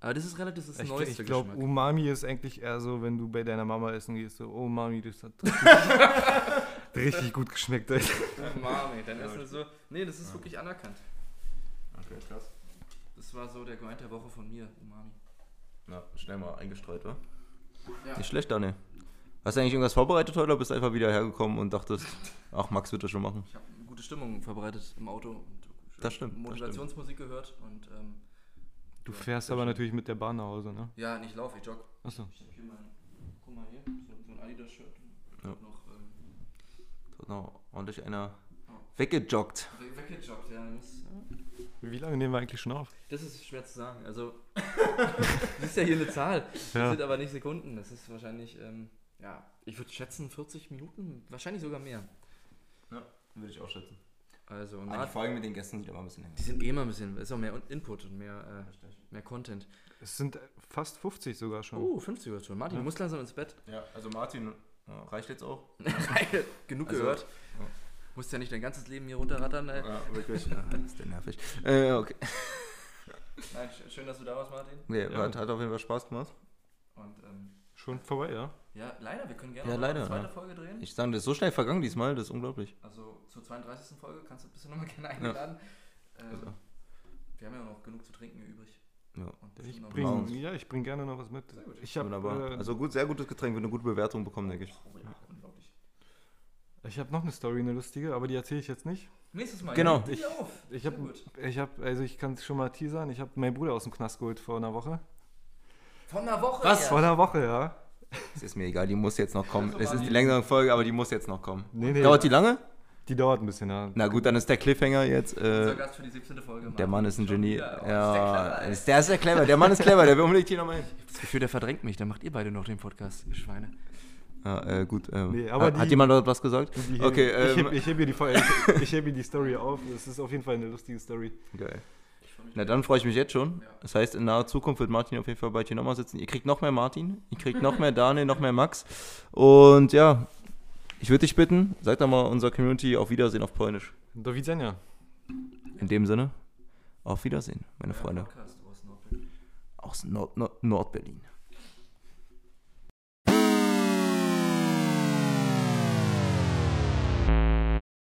S2: Aber das ist relativ das
S3: Ich,
S2: neueste
S3: ich glaube,
S2: Geschmack.
S3: Umami ist eigentlich eher so, wenn du bei deiner Mama essen gehst, so, oh Mami, das hat
S2: <laughs>
S3: richtig, richtig gut geschmeckt. Alter.
S2: Umami, dann ist es so. Nee, das ist wirklich anerkannt.
S4: Okay, krass.
S2: Das war so der Grind der Woche von mir, Umami.
S4: Na, schnell mal eingestreut, wa?
S2: Ja.
S4: Nicht schlecht, Daniel. Hast du eigentlich irgendwas vorbereitet heute oder bist du einfach wieder hergekommen und dachtest, ach, Max wird das schon machen?
S2: Ich habe gute Stimmung verbreitet im Auto und
S4: Das stimmt, das
S2: Motivationsmusik gehört und ähm,
S3: Du fährst aber natürlich mit der Bahn nach Hause, ne?
S2: ja, nicht lauf, ich jogge.
S3: Achso.
S2: Ich hab hier mein, guck mal hier, so, so ein Adidas-Shirt. Ich
S4: Ja.
S2: hab noch ähm,
S4: Da hat noch Genau, ordentlich einer
S2: Oh.
S4: weggejoggt.
S2: we- weggejoggt, ja. Das,
S3: Wie lange nehmen wir eigentlich schon auf?
S2: das ist schwer zu sagen. Also, <laughs> das ist ja hier eine Zahl. Das
S3: Ja.
S2: sind aber nicht Sekunden. Das ist wahrscheinlich, ähm, ja, ich würde schätzen 40 Minuten, wahrscheinlich sogar mehr.
S4: Ja, würde ich auch schätzen.
S2: Also,
S4: Ah, die
S2: na,
S4: Folgen mit den Gästen sind aber ein bisschen länger.
S2: die sind eh immer ein bisschen, ist auch mehr Un- Input und mehr, äh, mehr Content.
S3: Es sind äh, fast 50 sogar schon.
S2: Oh, 50 Uhr schon. Martin, du musst langsam ins Bett.
S4: Ja, also Martin, ja, reicht jetzt auch?
S2: <laughs> Nein, genug
S4: Also,
S2: gehört.
S4: ja.
S2: Musst ja nicht dein ganzes Leben hier runterrattern, ne? ey.
S4: Ja, <laughs> wirklich. ja, ist der nervig. Äh, okay.
S2: Nein, sch- schön, dass du da warst, Martin.
S4: Nee,
S3: Ja.
S4: hat, hat auf jeden Fall Spaß gemacht.
S2: Und ähm,
S3: Schon vorbei, ja?
S2: ja, leider, wir können gerne
S4: Ja,
S2: noch mal
S4: leider,
S2: eine zweite
S4: ja.
S2: Folge drehen.
S4: Ich sage, das ist so schnell vergangen diesmal, das ist unglaublich.
S2: Also zur 32. Folge kannst du bist du nochmal <laughs> gerne eingeladen. Ähm,
S4: Also.
S2: Wir haben ja noch genug zu trinken übrig.
S4: Ja.
S2: Und bestimmt
S3: Ich
S2: noch-
S3: bring,
S4: Morgens.
S3: ja, ich bring gerne noch was mit.
S2: Sehr gut.
S3: Ich habe
S4: Wunderbar.
S3: äh,
S4: Also gut, sehr gutes Getränk, wird eine gute Bewertung bekommen, denke ich.
S2: Oh ja, unglaublich.
S3: ich hab noch eine Story, eine lustige, aber die erzähle ich jetzt nicht.
S2: Nächstes Mal.
S4: Genau.
S2: ja, nimm die auf.
S3: Ich
S2: Sehr
S3: habe,
S2: gut.
S3: ich hab, also ich kann es schon mal teasern, ich habe meinen Bruder aus dem Knast geholt vor einer Woche.
S2: Von einer Woche. her.
S3: Vor einer Woche, ja.
S4: Es ist mir egal, die muss jetzt noch kommen.
S2: Also
S4: Es ist die
S2: Martin.
S4: längere Folge, aber die muss jetzt noch kommen.
S3: Nee, nee,
S4: Dauert die lange?
S3: die dauert ein bisschen, ja.
S4: Na gut, dann ist der Cliffhanger jetzt.
S2: Unser
S4: Äh,
S2: Gast für die 17. Folge.
S4: der
S2: Martin.
S4: Mann ist ein
S2: Schon
S4: Genie.
S2: wieder. Oh,
S4: Ja,
S2: ist der clever, ey.
S4: ist der ist sehr clever. Der Mann ist clever, der will unbedingt hier nochmal hin.
S2: Das Gefühl, der verdrängt mich. Dann macht ihr beide noch den Podcast, ihr Schweine.
S4: Ja, äh, gut. Äh,
S3: Nee, aber
S4: hat,
S3: die-
S4: hat jemand dort was gesagt?
S3: Die heb-
S4: Okay,
S3: ich
S4: ähm,
S3: heb- ich hebe hier die Fol- ich, ich heb hier die Story auf. Das ist auf jeden Fall eine lustige Story.
S4: geil. Na, dann freue ich mich jetzt schon. Das heißt, in naher Zukunft wird Martin auf jeden Fall bald hier nochmal sitzen. Ihr kriegt noch mehr Martin, ihr kriegt noch mehr Daniel, noch mehr Max. Und ja, ich würde dich bitten, sag doch mal unserer Community auf Wiedersehen auf Polnisch.
S3: Do widzenia.
S4: In dem Sinne, auf Wiedersehen, meine Freunde.
S2: Podcast aus Nordbild.
S4: Aus Nord Nord Nordberlin.